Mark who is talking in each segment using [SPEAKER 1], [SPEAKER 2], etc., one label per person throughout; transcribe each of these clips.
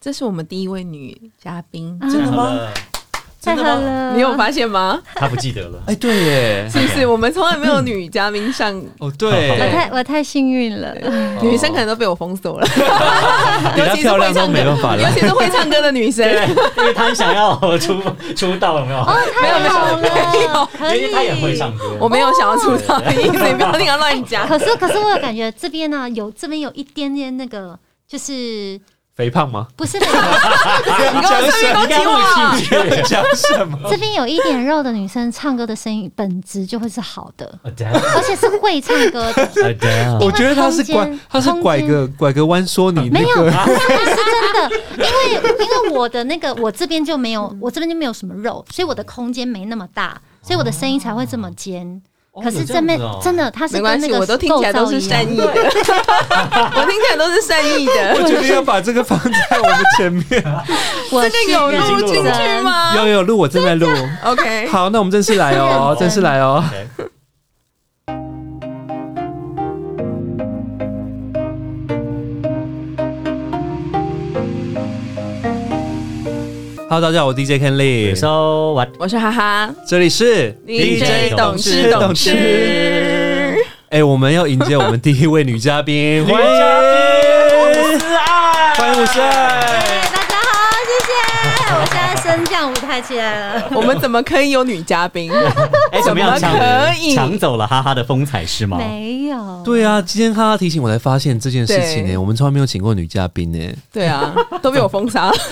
[SPEAKER 1] 这是我们第一位女嘉宾，
[SPEAKER 2] 啊
[SPEAKER 3] 太
[SPEAKER 2] 真的
[SPEAKER 3] 好
[SPEAKER 2] 吗
[SPEAKER 3] 了，
[SPEAKER 2] 太
[SPEAKER 3] 真
[SPEAKER 2] 好
[SPEAKER 3] 的吗？
[SPEAKER 2] 了，
[SPEAKER 1] 你有发现 吗？
[SPEAKER 3] 他不记得了，
[SPEAKER 4] 哎，对耶，
[SPEAKER 1] 是不是？我们从来没有女嘉宾上，
[SPEAKER 4] 哦
[SPEAKER 2] 我
[SPEAKER 4] 对，
[SPEAKER 2] 太我太幸运了，哦
[SPEAKER 1] 女生可能都被我封锁了，
[SPEAKER 4] 比
[SPEAKER 1] 尤
[SPEAKER 4] 较
[SPEAKER 1] 其是
[SPEAKER 4] 漂
[SPEAKER 1] 会
[SPEAKER 4] 亮都
[SPEAKER 1] 唱
[SPEAKER 4] 没办法
[SPEAKER 1] 歌，尤
[SPEAKER 4] 了。
[SPEAKER 1] 其是会唱歌的女生。
[SPEAKER 3] 对，因为他很想要出出道，有没有？
[SPEAKER 2] 太好了，哦可
[SPEAKER 3] 因
[SPEAKER 2] 以
[SPEAKER 3] 为。他也会唱歌，
[SPEAKER 1] 哎我没有想要出 道的意思，你不要听他乱讲。
[SPEAKER 2] 可是可是我有感觉这边呢、有这边有一点点那个，就是
[SPEAKER 4] 肥胖吗？
[SPEAKER 2] 不是那个
[SPEAKER 1] 你跟我顺便攻击我，
[SPEAKER 3] 你刚刚
[SPEAKER 4] 讲什么？
[SPEAKER 2] 这边有一点肉的女生唱歌的声音本质就会是好的，
[SPEAKER 3] Adele，Adele，
[SPEAKER 2] 而且是会唱歌 的，
[SPEAKER 3] Oh,
[SPEAKER 4] 我觉得他是
[SPEAKER 2] 空
[SPEAKER 4] 拐
[SPEAKER 2] 间，
[SPEAKER 4] 他是拐个拐个弯说你那
[SPEAKER 2] 没有
[SPEAKER 4] 个，
[SPEAKER 2] 因为因为我的那个我这边就没有，我这边就没有什么肉，所以我的空间没那么大，所以我的声音才会这么尖。可是这边真
[SPEAKER 3] 的
[SPEAKER 2] 的，它是
[SPEAKER 1] 没
[SPEAKER 2] 跟
[SPEAKER 1] 关
[SPEAKER 2] 那
[SPEAKER 1] 系，
[SPEAKER 2] 个
[SPEAKER 1] 我都听起来都是善意的，
[SPEAKER 2] 构造一样
[SPEAKER 1] 我听起来都是善意的。
[SPEAKER 4] 我决定要把这个放在我们前面。
[SPEAKER 2] 我
[SPEAKER 1] 这
[SPEAKER 2] 是
[SPEAKER 1] 个有
[SPEAKER 2] 认
[SPEAKER 1] 录进去
[SPEAKER 2] 真？
[SPEAKER 1] 吗
[SPEAKER 4] 有有录，我正在录。
[SPEAKER 1] ？OK，
[SPEAKER 4] 好，那我们正式来哦，正式来哦。
[SPEAKER 3] ，OK，
[SPEAKER 4] Hello，大家好，我 DJ Ken
[SPEAKER 3] 比
[SPEAKER 4] Lee，
[SPEAKER 3] 如说 What
[SPEAKER 1] 我是哈哈
[SPEAKER 4] 这里是
[SPEAKER 3] DJ
[SPEAKER 1] 懂
[SPEAKER 3] 懂
[SPEAKER 1] 吃
[SPEAKER 3] 吃
[SPEAKER 1] 懂
[SPEAKER 4] 懂
[SPEAKER 1] 吃
[SPEAKER 4] 吃。哎，我们要迎接我们第一位女嘉宾，欢
[SPEAKER 3] 女嘉
[SPEAKER 4] 迎，
[SPEAKER 3] 是爱，
[SPEAKER 4] 欢迎五十
[SPEAKER 2] 对
[SPEAKER 4] 二。
[SPEAKER 2] 大家好，谢谢，我现在升降舞台起来了。
[SPEAKER 1] 我们怎么可以有女嘉宾？
[SPEAKER 3] 哎，怎么样
[SPEAKER 1] 怎
[SPEAKER 3] 抢
[SPEAKER 1] 么可以
[SPEAKER 3] 抢走了哈哈的风采是吗？
[SPEAKER 2] 没有，
[SPEAKER 4] 对啊，今天哈哈提醒我才发现这件事情
[SPEAKER 1] 对
[SPEAKER 4] 呢，我们从来没有请过女嘉宾呢。
[SPEAKER 1] 对啊，都被我封杀了。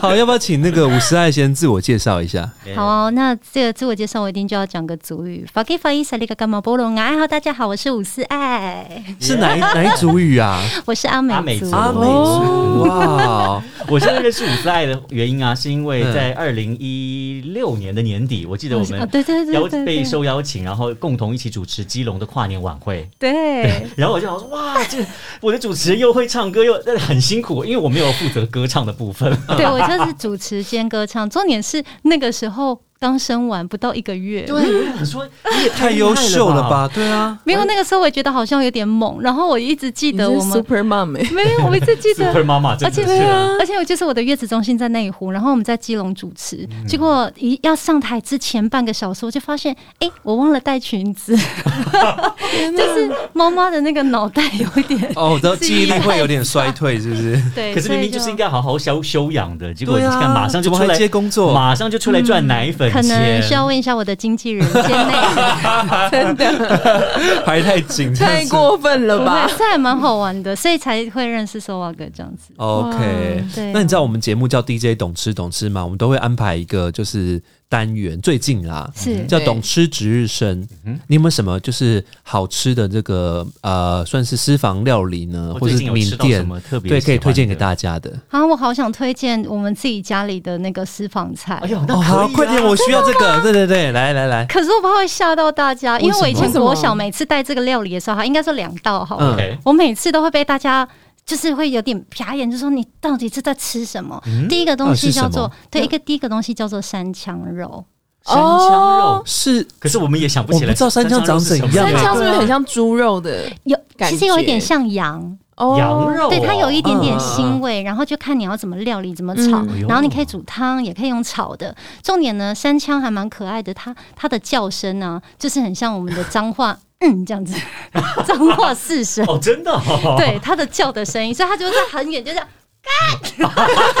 [SPEAKER 4] 好，要不要请那个五十爱先自我介绍一下？
[SPEAKER 2] 好、哦，那这个自我介绍我一定就要讲个族语。法给法伊萨利嘎嘎毛波隆啊！好，大家好，我是五四爱，
[SPEAKER 4] 是哪一哪一组语啊？
[SPEAKER 2] 我是阿美
[SPEAKER 3] 阿美
[SPEAKER 2] 族。
[SPEAKER 3] 族阿美
[SPEAKER 4] 哦，哇，
[SPEAKER 3] 我现在认识伍思爱的原因啊，是因为
[SPEAKER 4] 嗯
[SPEAKER 3] 在二零一六年的年底，我记得我
[SPEAKER 2] 啊
[SPEAKER 3] 们
[SPEAKER 2] 对对对
[SPEAKER 3] 邀
[SPEAKER 2] 对对
[SPEAKER 3] 被受邀请，然后共同一起主持基隆的跨年晚会。
[SPEAKER 2] 对，
[SPEAKER 3] 然后我就想说，哇，这我的主持人又会唱歌，又但是很辛苦，因为我没有负责歌唱的部分。
[SPEAKER 2] 对我就是主持兼歌唱，重点是那个时候刚生完不到一个月，
[SPEAKER 3] 对，你说你也
[SPEAKER 4] 太
[SPEAKER 3] 太
[SPEAKER 4] 优秀
[SPEAKER 3] 了
[SPEAKER 4] 了？吧？对啊，
[SPEAKER 2] 没有那个时候我也觉得好像有点猛，然后我一直记
[SPEAKER 1] 你
[SPEAKER 2] 得
[SPEAKER 1] 是
[SPEAKER 2] 我们
[SPEAKER 1] Super Mom 哎，
[SPEAKER 2] 没有，我一直记 得
[SPEAKER 3] Super 妈妈真
[SPEAKER 2] 而
[SPEAKER 3] 的是啊
[SPEAKER 2] 且，啊而且我就是我的月子中心在内湖，然后我们在基隆主持，
[SPEAKER 3] 嗯
[SPEAKER 2] 结果一要上台之前半个小时，我就发现，哎、我忘了带裙子，就是猫猫的那个脑袋有一 点
[SPEAKER 4] 哦，我知道记忆力会有点衰退，是不是？
[SPEAKER 2] 对，啊
[SPEAKER 3] 可是
[SPEAKER 2] 所以
[SPEAKER 3] 明明就是应该好好
[SPEAKER 2] 啊
[SPEAKER 3] 修修养的，结果
[SPEAKER 4] 对
[SPEAKER 3] 你
[SPEAKER 4] 啊，
[SPEAKER 3] 看马上就
[SPEAKER 4] 怎么
[SPEAKER 3] 出
[SPEAKER 4] 还
[SPEAKER 3] 来
[SPEAKER 4] 接 工作，
[SPEAKER 3] 马上就出来赚奶粉
[SPEAKER 2] 嗯可能
[SPEAKER 3] 钱，
[SPEAKER 2] 需要问一下我的经纪人兼内，
[SPEAKER 1] 真的
[SPEAKER 4] 排太紧，这样
[SPEAKER 1] 太
[SPEAKER 4] 子
[SPEAKER 1] 过分了
[SPEAKER 2] 不
[SPEAKER 1] 吧
[SPEAKER 2] 会，？这还蛮好玩的，所以才会认识 Sova 哥这样子。
[SPEAKER 4] OK，
[SPEAKER 2] 对啊
[SPEAKER 4] 那你知道我们节目叫 DJ 懂吃懂吃吗？我们都会安排一个就是单元，最近
[SPEAKER 3] 嗯
[SPEAKER 4] 啊
[SPEAKER 2] 是
[SPEAKER 4] 叫
[SPEAKER 1] 对
[SPEAKER 4] 懂吃值日生。你有没有什么就是好吃的这个呃，算是私房料理呢，
[SPEAKER 3] 我
[SPEAKER 4] 或
[SPEAKER 3] 最
[SPEAKER 4] 是
[SPEAKER 3] 近有
[SPEAKER 4] 名
[SPEAKER 3] 吃到
[SPEAKER 4] 店
[SPEAKER 3] 什？么特别
[SPEAKER 4] 对，可以推荐给
[SPEAKER 3] 家。
[SPEAKER 4] 大家的。
[SPEAKER 2] 啊，我好想推荐我们自己家里的那个私房菜。
[SPEAKER 3] 哎呦，那
[SPEAKER 4] 哦，
[SPEAKER 3] 可以啊
[SPEAKER 4] 好，快点，我需要这个。对对对，来来来，
[SPEAKER 2] 可是我怕会吓到大家，因为我以前
[SPEAKER 1] 为什么
[SPEAKER 2] 国小每次带这个料理的时候，哈，应该说两道好了，
[SPEAKER 3] OK，
[SPEAKER 2] 我每次都会被大家。就是会有点瞟眼，就说你到底是在吃什么？
[SPEAKER 3] 嗯
[SPEAKER 2] 第一个东西叫
[SPEAKER 4] 到
[SPEAKER 3] 哦
[SPEAKER 2] 做
[SPEAKER 4] 底
[SPEAKER 2] 对，一个第一个东西叫做山枪肉，
[SPEAKER 3] 山羌
[SPEAKER 1] 哦
[SPEAKER 3] 肉，
[SPEAKER 4] 是
[SPEAKER 3] 可是我们也想不起来，
[SPEAKER 4] 我不知道山羌长怎样啊
[SPEAKER 1] 那这
[SPEAKER 3] 山羌肉
[SPEAKER 1] 样是不是很像猪肉的
[SPEAKER 2] 有
[SPEAKER 1] 感
[SPEAKER 2] 其实有一
[SPEAKER 1] 觉
[SPEAKER 2] 点像羊，
[SPEAKER 1] 哦
[SPEAKER 3] 羊肉哦
[SPEAKER 2] 对，它有一点点
[SPEAKER 4] 嗯嗯
[SPEAKER 2] 腥
[SPEAKER 4] 嗯
[SPEAKER 2] 味，然后就看你要怎么料理，怎么炒，
[SPEAKER 3] 嗯
[SPEAKER 2] 然后你可以煮汤，也可以用炒的。重点呢，山羌还蛮可爱的，它它的叫声呢、就是很像我们的脏话，嗯，这样子， 脏话四声，
[SPEAKER 3] 哦，真的哦，
[SPEAKER 2] 对，它的叫的声音，所以它就会在很远就这样。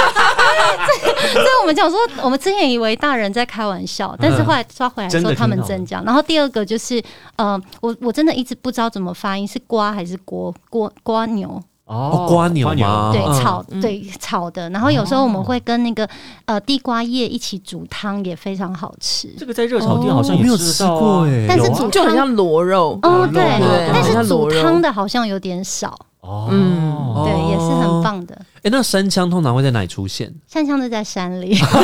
[SPEAKER 2] 干所以所以我们讲说，我们之前以为大人在开玩笑，但是后来抓回来
[SPEAKER 3] 真的
[SPEAKER 2] 说他们
[SPEAKER 3] 听到了
[SPEAKER 2] 真讲。然后第二个就是，呃，我我真的一直不知道怎么发音，是瓜还是锅锅瓜牛？
[SPEAKER 3] 哦
[SPEAKER 4] 哦瓜牛吗？
[SPEAKER 2] 对，
[SPEAKER 4] 嗯
[SPEAKER 2] 炒对炒的。然后有时候我们会跟那个呃地瓜叶一起煮汤，也非常好吃。
[SPEAKER 3] 这个在热炒店好像也
[SPEAKER 4] 哦我没有
[SPEAKER 3] 吃到啊
[SPEAKER 4] 吃过哎
[SPEAKER 2] 但是
[SPEAKER 3] 有啊
[SPEAKER 2] 煮
[SPEAKER 1] 就很像螺肉。
[SPEAKER 2] 哦，对
[SPEAKER 3] 对对，
[SPEAKER 2] 但
[SPEAKER 1] 它
[SPEAKER 2] 是
[SPEAKER 1] 裸
[SPEAKER 2] 煮
[SPEAKER 1] 肉
[SPEAKER 2] 汤的好像有点少，
[SPEAKER 3] 哦，
[SPEAKER 1] 嗯
[SPEAKER 2] 对，也是很棒的。
[SPEAKER 4] 哎、那山枪通常会在哪里出现？
[SPEAKER 2] 山羌都在山里，
[SPEAKER 4] 好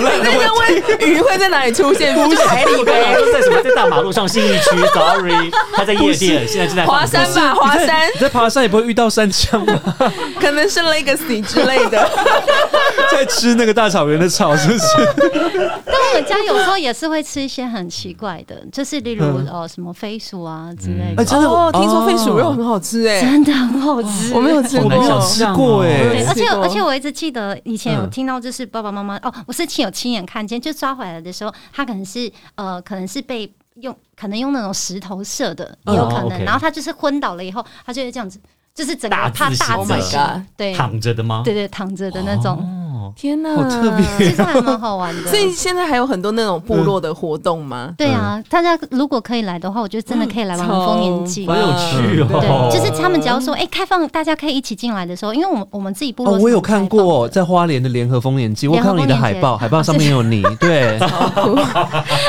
[SPEAKER 4] 烂
[SPEAKER 1] 那那问鱼会在哪里出现？不是海里
[SPEAKER 3] 我刚刚
[SPEAKER 1] 呗，
[SPEAKER 3] 说在什么，在大马路上信义区 ，sorry，他在夜店，现在正在
[SPEAKER 1] 华山吧，华山
[SPEAKER 4] 你在爬山也不会遇到山 枪吧？
[SPEAKER 1] 可能是 Legacy 之类 的。
[SPEAKER 4] 在吃那个大草原的草，是不是？
[SPEAKER 2] 但我们家有时候也是会吃一些很奇怪的，就是例如
[SPEAKER 4] 嗯
[SPEAKER 2] 呃什么飞鼠啊之类的，
[SPEAKER 3] 嗯
[SPEAKER 4] 哎真的
[SPEAKER 1] 哦，听说飞鼠肉很好吃哎，
[SPEAKER 2] 真的很好吃。
[SPEAKER 1] 我没有有吃过，
[SPEAKER 4] 好难想象过
[SPEAKER 2] 对，
[SPEAKER 4] 哎
[SPEAKER 1] 对，
[SPEAKER 2] 而且
[SPEAKER 3] 嗯
[SPEAKER 1] 吃过
[SPEAKER 2] 而且我一直记得以前有
[SPEAKER 4] 嗯
[SPEAKER 2] 听到，就是爸爸妈妈、哦，我是亲有亲眼看见，就抓回来的时候，他可能是呃，可能是被用，可能用那种石头射的，也有可
[SPEAKER 3] 哦
[SPEAKER 2] 能。
[SPEAKER 3] ，OK
[SPEAKER 2] 然后他就是昏倒了以后，他就会这样子，就是整个
[SPEAKER 3] 大字
[SPEAKER 2] 怕
[SPEAKER 3] 型
[SPEAKER 2] 大
[SPEAKER 1] Oh
[SPEAKER 2] 字
[SPEAKER 1] my
[SPEAKER 2] 型
[SPEAKER 1] god！
[SPEAKER 2] 对
[SPEAKER 3] 躺着的吗？
[SPEAKER 2] 对对躺着的那种，
[SPEAKER 3] 哦，
[SPEAKER 1] 天哪，
[SPEAKER 4] 好特
[SPEAKER 2] 其
[SPEAKER 4] 别
[SPEAKER 2] 实还蛮好玩 的
[SPEAKER 1] 所。以现在还有很多那种部落的活动吗？
[SPEAKER 2] 对
[SPEAKER 3] 嗯
[SPEAKER 2] 啊，大家如果可以来的话，我觉得真的可以来玩玩丰年祭。
[SPEAKER 3] 好有趣哦
[SPEAKER 2] 对，就是他们只要说，哎、开放大家可以一起进来的时候，因为我们我们自己部落、
[SPEAKER 4] 哦，我有看过，在花莲的联合丰年祭，我
[SPEAKER 2] 联合
[SPEAKER 4] 看到你的
[SPEAKER 2] 丰年
[SPEAKER 4] 海
[SPEAKER 2] 节哦
[SPEAKER 4] 报，海报上面有 你，对，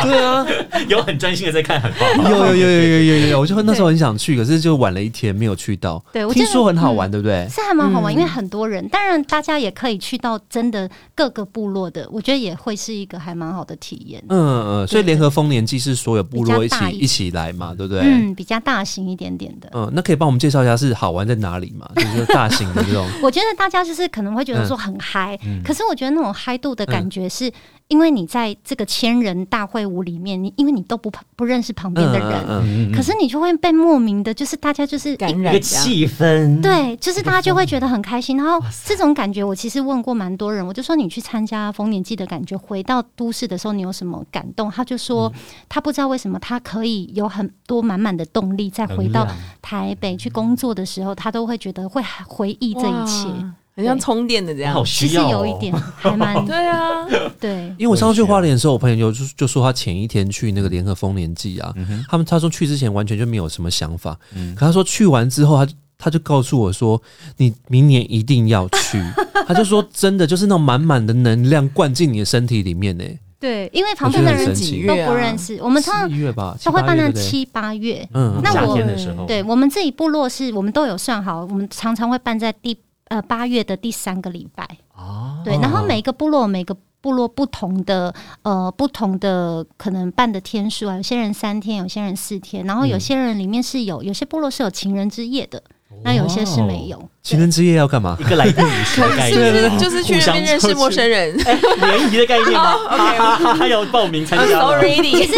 [SPEAKER 4] 对啊，
[SPEAKER 3] 有很专心的在看海报吗，
[SPEAKER 4] 有有有有有有 有有，我就那时候很想去，可是就晚了一天没有去到。
[SPEAKER 2] 对我记嗯
[SPEAKER 4] 听
[SPEAKER 2] 得
[SPEAKER 4] 说很好玩，对不对？
[SPEAKER 2] 是还蛮好
[SPEAKER 4] 嗯
[SPEAKER 2] 玩，因为很多人，当然大家也可以去到真的各个部落的，我觉得也会是一个还蛮好的体验。
[SPEAKER 4] 嗯嗯，所以联合丰年祭是所有部落一
[SPEAKER 2] 比较
[SPEAKER 4] 起
[SPEAKER 2] 大一点
[SPEAKER 4] 一起来嘛，对不对？
[SPEAKER 2] 嗯，比较大型一点点的。
[SPEAKER 4] 嗯，那可以帮我们介绍一下是好玩在哪里 吗？就是大型的这种，
[SPEAKER 2] 我觉得大家就是可能会觉得说很嗨、
[SPEAKER 4] 嗯
[SPEAKER 2] 可是我觉得那种嗨度的感觉是，因为你在这个千人大会舞里面，你因为你都不不认识旁边的人、
[SPEAKER 4] 嗯
[SPEAKER 3] 嗯，嗯
[SPEAKER 2] 可是你就会被莫名的，就是大家就是一
[SPEAKER 1] 感
[SPEAKER 3] 一
[SPEAKER 1] 染
[SPEAKER 3] 个
[SPEAKER 1] 这样
[SPEAKER 3] 气氛，
[SPEAKER 2] 对，就是大家就会觉得很开心。然后这种感觉，我其实问过蛮多人，我就说你去参加丰年祭的感觉，回到都市的时候你有什么感动？他就说他不知道为什么他可以有很多满满的动力，再回到
[SPEAKER 3] 能量
[SPEAKER 2] 台北去工作的时候，他都会觉得会回忆这一切。
[SPEAKER 1] 哇很像充电的这样
[SPEAKER 3] 好。
[SPEAKER 2] 其
[SPEAKER 3] 需
[SPEAKER 2] 实
[SPEAKER 3] 要、哦，
[SPEAKER 2] 有一点还蛮
[SPEAKER 1] 对啊，
[SPEAKER 2] 对，
[SPEAKER 4] 因为我上次去花莲的时候，我朋友
[SPEAKER 2] 嗯
[SPEAKER 4] 就就说他前一天去那个联合丰年祭啊，他们他说去之前完全就没有什么想法，
[SPEAKER 2] 嗯
[SPEAKER 4] 可他说去完之后他。他就告诉我说：“你明年一定要 去。”他就说：“真的，就是那种满满的能量灌进你的身体里面呢、
[SPEAKER 2] 对，因为
[SPEAKER 4] 我
[SPEAKER 2] 旁
[SPEAKER 4] 觉
[SPEAKER 2] 边
[SPEAKER 4] 得
[SPEAKER 2] 的
[SPEAKER 4] 很神
[SPEAKER 2] 人
[SPEAKER 1] 几
[SPEAKER 4] 奇。
[SPEAKER 1] 月
[SPEAKER 2] 都
[SPEAKER 1] 啊
[SPEAKER 2] 不认识，我们通常
[SPEAKER 4] 七月吧，
[SPEAKER 2] 都会
[SPEAKER 4] 八
[SPEAKER 2] 办
[SPEAKER 4] 月
[SPEAKER 2] 到
[SPEAKER 4] 对不对
[SPEAKER 2] 七八月。
[SPEAKER 4] 嗯，
[SPEAKER 2] 那
[SPEAKER 3] 夏
[SPEAKER 2] 我
[SPEAKER 3] 天的时候，
[SPEAKER 2] 对我们自己部落是我们都有算好，我们常常会办在第呃八月的第三个礼拜。
[SPEAKER 3] 啊，
[SPEAKER 2] 对，然后每一个部落每个部落不同的呃不同的可能办的天数啊，有些人三天，有些人四天，然后有些人里面是有、有些部落是有情人之夜的，那有些是没有。
[SPEAKER 4] 情人之夜要干嘛
[SPEAKER 3] 一？个来自于是的概
[SPEAKER 1] 是不是
[SPEAKER 3] 念，
[SPEAKER 1] 就是去那边认识陌 生人
[SPEAKER 3] 互相联谊的概念吗？
[SPEAKER 1] 哦
[SPEAKER 3] 哈哈哈哈，要报名 参
[SPEAKER 1] ？I'm
[SPEAKER 3] 加 了
[SPEAKER 1] sorry，其实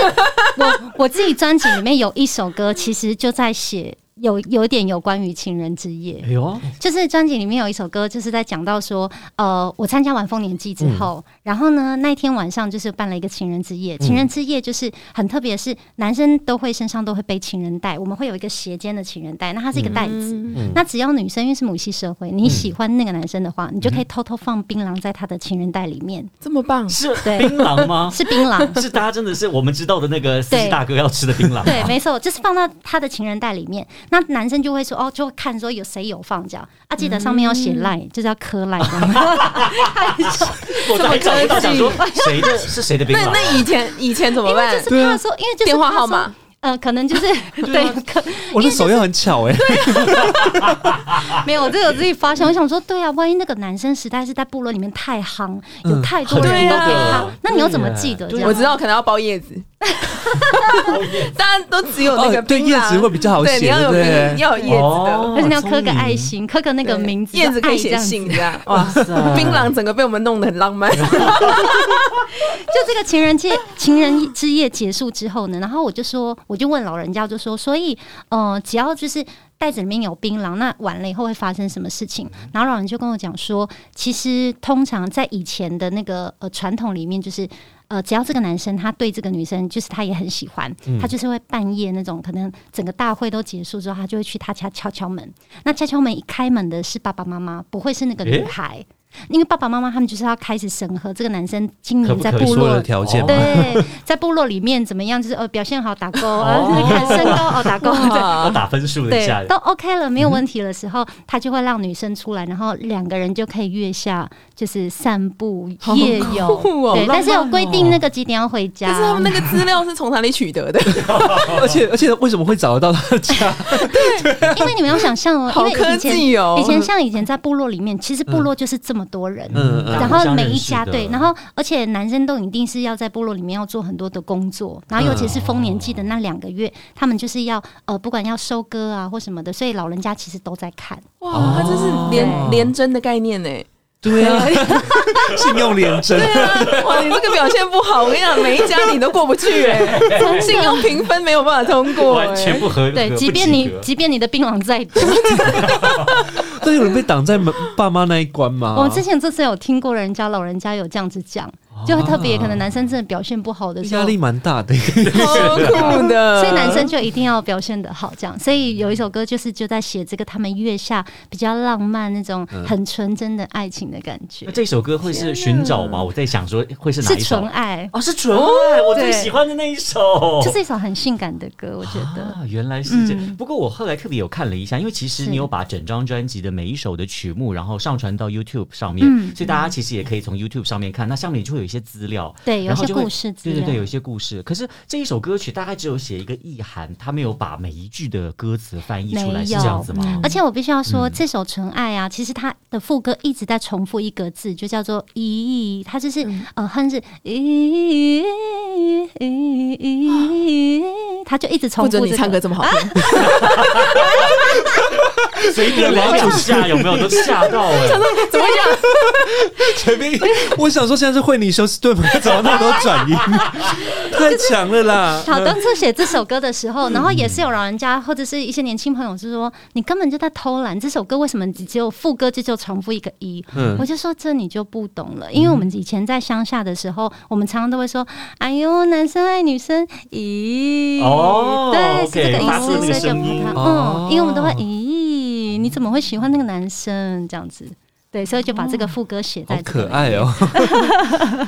[SPEAKER 2] 我我自己专辑里面有一首歌，其实就在写有有一点有关于情人之夜。
[SPEAKER 3] 哎呦，
[SPEAKER 2] 就是专辑里面有一首歌，就是在讲到说，呃，我参加完丰年祭之
[SPEAKER 1] 嗯
[SPEAKER 2] 后，然后呢，那一天晚上就是办了一个情人之夜。情人之夜就是很特别，是男生都会身上都会背情人带，我们会有一个斜肩的情人带，那它是一个袋子。
[SPEAKER 4] 嗯
[SPEAKER 2] 那只要女生因为是母系社会，你
[SPEAKER 1] 嗯
[SPEAKER 2] 喜欢那个男生的话，你就可以偷偷放槟榔在他的情人袋里面，
[SPEAKER 1] 这么棒，
[SPEAKER 3] 是
[SPEAKER 2] 对
[SPEAKER 3] 槟榔
[SPEAKER 1] 哦
[SPEAKER 3] 吗？。
[SPEAKER 2] 是槟榔
[SPEAKER 3] 是大家真的是我们知道的那个司机
[SPEAKER 2] 对
[SPEAKER 3] 大哥要吃的槟榔，
[SPEAKER 2] 对，，没错，就是放到他的情人袋里面。那男生就会说，哦，就会看说有谁有放这样啊，记得上面要写
[SPEAKER 1] 嗯
[SPEAKER 2] line，、就是要磕 line 这样。
[SPEAKER 3] 我都还找不到，
[SPEAKER 1] 这
[SPEAKER 3] 想
[SPEAKER 1] 么
[SPEAKER 3] 说
[SPEAKER 1] 科技
[SPEAKER 3] 谁的是谁的槟
[SPEAKER 1] 那
[SPEAKER 3] 榔？
[SPEAKER 1] 那以前以前 怎么
[SPEAKER 2] 因为
[SPEAKER 1] 办
[SPEAKER 2] 就？是怕说，因为就是
[SPEAKER 1] 电话
[SPEAKER 2] 怕
[SPEAKER 1] 号
[SPEAKER 2] 说
[SPEAKER 1] 码，
[SPEAKER 2] 呃，可能就是对，可
[SPEAKER 4] 我的手要很巧哎、
[SPEAKER 2] 没有，这个我自己发现。我想说，对啊，万一那个男生实在是在部落里面太夯，有
[SPEAKER 4] 嗯
[SPEAKER 2] 太多
[SPEAKER 1] 很
[SPEAKER 2] 人都
[SPEAKER 1] 多
[SPEAKER 2] 给
[SPEAKER 1] 的
[SPEAKER 2] 他，那你要怎么记得？这
[SPEAKER 3] 对啊
[SPEAKER 2] 样
[SPEAKER 1] 我知道可能要包叶子，
[SPEAKER 3] 哦
[SPEAKER 1] 大家都只有那个
[SPEAKER 4] 哦对
[SPEAKER 1] 槟榔
[SPEAKER 4] 叶子会比较好
[SPEAKER 1] 对，
[SPEAKER 4] 写
[SPEAKER 1] 你要有
[SPEAKER 4] 对不对
[SPEAKER 1] 槟你要有叶子
[SPEAKER 3] 哦
[SPEAKER 1] 的。
[SPEAKER 2] 而且你要刻个爱
[SPEAKER 3] 聪
[SPEAKER 2] 心，刻个那个
[SPEAKER 1] 对
[SPEAKER 2] 名字，
[SPEAKER 1] 叶子可以
[SPEAKER 2] 爱这
[SPEAKER 1] 写
[SPEAKER 2] 样子
[SPEAKER 1] 信这 样，哇
[SPEAKER 3] 哇塞，
[SPEAKER 1] 槟榔整个被我们弄得很浪漫，
[SPEAKER 2] 就这个情人节、情人之夜结束之后呢，然后我就说，我就问老人家，就说，所以，呃，只要就是袋子里面有槟榔，那晚了以后会发生什么事情？然后老人就跟我讲说，其实通常在以前的那个呃传统里面，就是。呃，只要这个男生他对这个女生，就是他也很喜欢，他就是会半夜那种，可能整个大会都结束之后，他就会去他家敲敲门。那敲敲门一开门的是爸爸妈妈，不会是那个女
[SPEAKER 3] 诶
[SPEAKER 2] 孩，因为爸爸妈妈他们就是要开始审核这个男生今
[SPEAKER 3] 可
[SPEAKER 2] 年
[SPEAKER 3] 不
[SPEAKER 2] 在
[SPEAKER 3] 可以
[SPEAKER 2] 部
[SPEAKER 4] 所有
[SPEAKER 2] 落
[SPEAKER 4] 的条件嘛，
[SPEAKER 2] 对， 在部落里面怎么样？就是呃，表现好打勾，呃，看身高哦打 勾，
[SPEAKER 3] 要
[SPEAKER 1] 哇
[SPEAKER 3] 打分数的一下
[SPEAKER 2] 对，，都 OK 了，没有问题的时候，他就会让女生出来，然后两个人就可以月下就是散步、
[SPEAKER 1] 好
[SPEAKER 2] 夜
[SPEAKER 1] 酷
[SPEAKER 2] 游，
[SPEAKER 1] 哦
[SPEAKER 2] 对，但是有
[SPEAKER 3] 浪漫
[SPEAKER 2] 规定那个几点要回
[SPEAKER 1] 但
[SPEAKER 2] 家
[SPEAKER 1] 是。他们那个资料是从哪里取得的？
[SPEAKER 4] 而 且而且为什么会找得到他的家？
[SPEAKER 2] 因为你们要想象哦，因
[SPEAKER 1] 好
[SPEAKER 2] 为
[SPEAKER 1] 科
[SPEAKER 2] 以前
[SPEAKER 1] 技哦！
[SPEAKER 2] 以前像以前在部落里面，其实
[SPEAKER 3] 嗯
[SPEAKER 2] 部落就是这么多人，
[SPEAKER 4] 嗯
[SPEAKER 3] 呃
[SPEAKER 2] 然后每一家对，然后而且男生都一定是要在部落里面要做很多的工作，然后尤其
[SPEAKER 3] 嗯
[SPEAKER 2] 是丰年祭的那两个月，他们就是要呃不管要收割啊或什么的，所以老人家其实都在看。
[SPEAKER 1] 哇，它这是连连针的概念呢，
[SPEAKER 4] 对啊， 信用廉政，
[SPEAKER 3] 啊
[SPEAKER 1] 哇，你这个表现不好，我跟你讲，每一家你都过不去哎、信用评分没有办法通过、哎
[SPEAKER 3] 完全不合格，
[SPEAKER 2] 对，即便你即便你的槟榔 再多，
[SPEAKER 4] 但有人被挡在门爸妈那一关
[SPEAKER 3] 嗯
[SPEAKER 4] 吗？
[SPEAKER 2] 我之前这次有听过人家老人家有这样子讲，就会特别
[SPEAKER 3] 啊
[SPEAKER 2] 可能男生真的表现不好的时
[SPEAKER 4] 压
[SPEAKER 2] 候，
[SPEAKER 4] 力蛮大的，
[SPEAKER 1] 超酷的，
[SPEAKER 2] 所以
[SPEAKER 3] 呃
[SPEAKER 2] 男生就一定要表现的好，这样。所以有一首歌就是就在写这个他们月下比较浪漫那种
[SPEAKER 3] 嗯
[SPEAKER 2] 很纯真的爱情的感觉
[SPEAKER 3] 那，这首歌会是寻找吗？我在想说会是
[SPEAKER 2] 嗯
[SPEAKER 3] 哪
[SPEAKER 2] 是
[SPEAKER 3] 一首
[SPEAKER 2] 纯？爱，
[SPEAKER 3] 哦，是纯爱，我最
[SPEAKER 2] 对
[SPEAKER 3] 喜欢的那一首。
[SPEAKER 2] 这是一首很性感的歌，我觉得。
[SPEAKER 3] 啊，原来是这样。
[SPEAKER 2] 嗯
[SPEAKER 3] 不过我后来特别有看了一下，因为其实
[SPEAKER 2] 是
[SPEAKER 3] 你有把整张专辑的每一首的曲目，然后上传到 YouTube 上面，
[SPEAKER 2] 嗯
[SPEAKER 3] 所以大家其实也可以从 YouTube 上面看。那上面就会有一些资料，
[SPEAKER 2] 对
[SPEAKER 3] 然后
[SPEAKER 2] 有一些
[SPEAKER 3] 就会
[SPEAKER 2] 故事资
[SPEAKER 3] 对
[SPEAKER 2] 料
[SPEAKER 3] 对对，有一些故事。可是这一首歌曲大概只有写一个意涵，他没有把每一句的歌词翻译出来，
[SPEAKER 2] 没嗯
[SPEAKER 3] 是这样子吗？
[SPEAKER 2] 而且我必须要说，这首《纯爱》啊，其实它的副歌一直在重复一个字，就叫做“咦”，它就是、
[SPEAKER 1] 嗯
[SPEAKER 2] 呃哼是“咦”，它就一直重
[SPEAKER 1] 不
[SPEAKER 2] 复、这
[SPEAKER 1] 准
[SPEAKER 2] 个。
[SPEAKER 1] 你唱歌这么 好听，
[SPEAKER 3] 随便王主吓有没有都吓到了、
[SPEAKER 1] 怎么会这样？
[SPEAKER 4] 前面 我想说现在是惠妮休斯顿吗？怎么那么多转音？太强了啦！
[SPEAKER 2] 好，当初写这首歌的时
[SPEAKER 3] 嗯
[SPEAKER 2] 候，然后也是有老人家或者是一些年轻朋友是说，你根本就在偷懒，这首歌为什么你只有副歌就就重复一个一？
[SPEAKER 4] 嗯
[SPEAKER 2] 我就说这你就不懂了，因为我们以前在乡下的时候，我们常常都会说，哎呦，男生爱女生，咦，
[SPEAKER 3] 哦
[SPEAKER 2] 对，
[SPEAKER 3] OK，
[SPEAKER 2] 是这个
[SPEAKER 3] 发出那
[SPEAKER 2] 意
[SPEAKER 3] 个
[SPEAKER 2] 思，所以就
[SPEAKER 3] 声音
[SPEAKER 2] 不太，
[SPEAKER 4] 哦
[SPEAKER 2] 嗯，因为我们都会，咦，你怎么会喜欢那个男生这样子？对，所以就把
[SPEAKER 3] 哦
[SPEAKER 2] 这个副歌写在
[SPEAKER 4] 好
[SPEAKER 2] 这个
[SPEAKER 4] 可爱哦、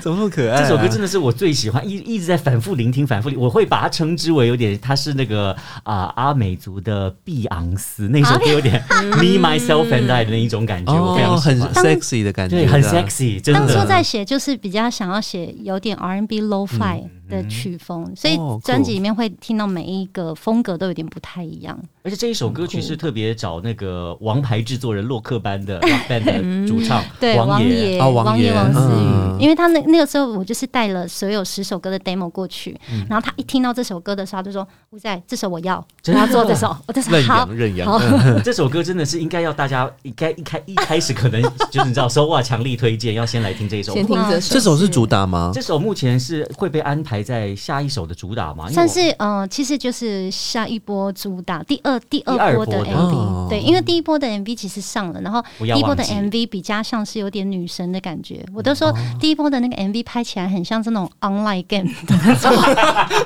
[SPEAKER 4] 怎么那么可爱、啊？
[SPEAKER 3] 这首歌真的是我最喜欢，一一直在反复聆听，反复聆，我会把它称之为有点，它是那个啊、阿美族的碧昂斯那首歌，有点 Me Myself and I 的那一种感觉，我非常
[SPEAKER 4] 哦，
[SPEAKER 3] 喜
[SPEAKER 4] 很
[SPEAKER 3] 欢。
[SPEAKER 4] sexy 的感觉，
[SPEAKER 3] 对，很
[SPEAKER 4] 是吧
[SPEAKER 3] sexy，真
[SPEAKER 2] 当
[SPEAKER 3] 的。
[SPEAKER 2] 初在写就是比较想要写有点 R&B lo-fi 的曲风，所以
[SPEAKER 4] 嗯哦
[SPEAKER 2] 专辑
[SPEAKER 4] 酷
[SPEAKER 2] 里面会听到每一个风格都有点不太一样。
[SPEAKER 3] 而且这一首歌曲是特别找那个王牌制作人洛克班的 rock band 的主唱
[SPEAKER 2] 对，王
[SPEAKER 3] 爷。
[SPEAKER 2] 爷，
[SPEAKER 4] 啊王
[SPEAKER 2] 王
[SPEAKER 4] 爷
[SPEAKER 2] 王思
[SPEAKER 4] 嗯
[SPEAKER 2] 雨，因为他那那个时候我就是带了所有十首歌的 demo 过去，
[SPEAKER 4] 嗯
[SPEAKER 2] 然后他一听到这首歌的时候，他就说：“吴仔，这首我要，我
[SPEAKER 3] 真的
[SPEAKER 2] 要做这首。”我就说
[SPEAKER 4] 认：“
[SPEAKER 2] 好
[SPEAKER 4] 养，认养嗯
[SPEAKER 2] 好。
[SPEAKER 3] 这首歌真的是应该要大家应该一开一开始可能就是你知道 收哇强力推荐，要先来听这一首。
[SPEAKER 1] 先听这首
[SPEAKER 4] 这，首是主打吗？
[SPEAKER 3] 这首目前是会被安排在下一首的主打吗？啊因为我
[SPEAKER 2] 算是呃，其实就是下一波主打第二第
[SPEAKER 3] 第二
[SPEAKER 2] 二波的
[SPEAKER 3] 波的
[SPEAKER 2] MV，、
[SPEAKER 4] 哦
[SPEAKER 2] 对，因为第一波的 MV 其实上了，然后
[SPEAKER 3] 不
[SPEAKER 2] 第
[SPEAKER 3] 要
[SPEAKER 2] 一波
[SPEAKER 3] 忘
[SPEAKER 2] 的
[SPEAKER 3] 记哦
[SPEAKER 2] MV 比较像是有点女神的感觉，我都说第一波的那个 MV 拍起来很像这种 online game 的那种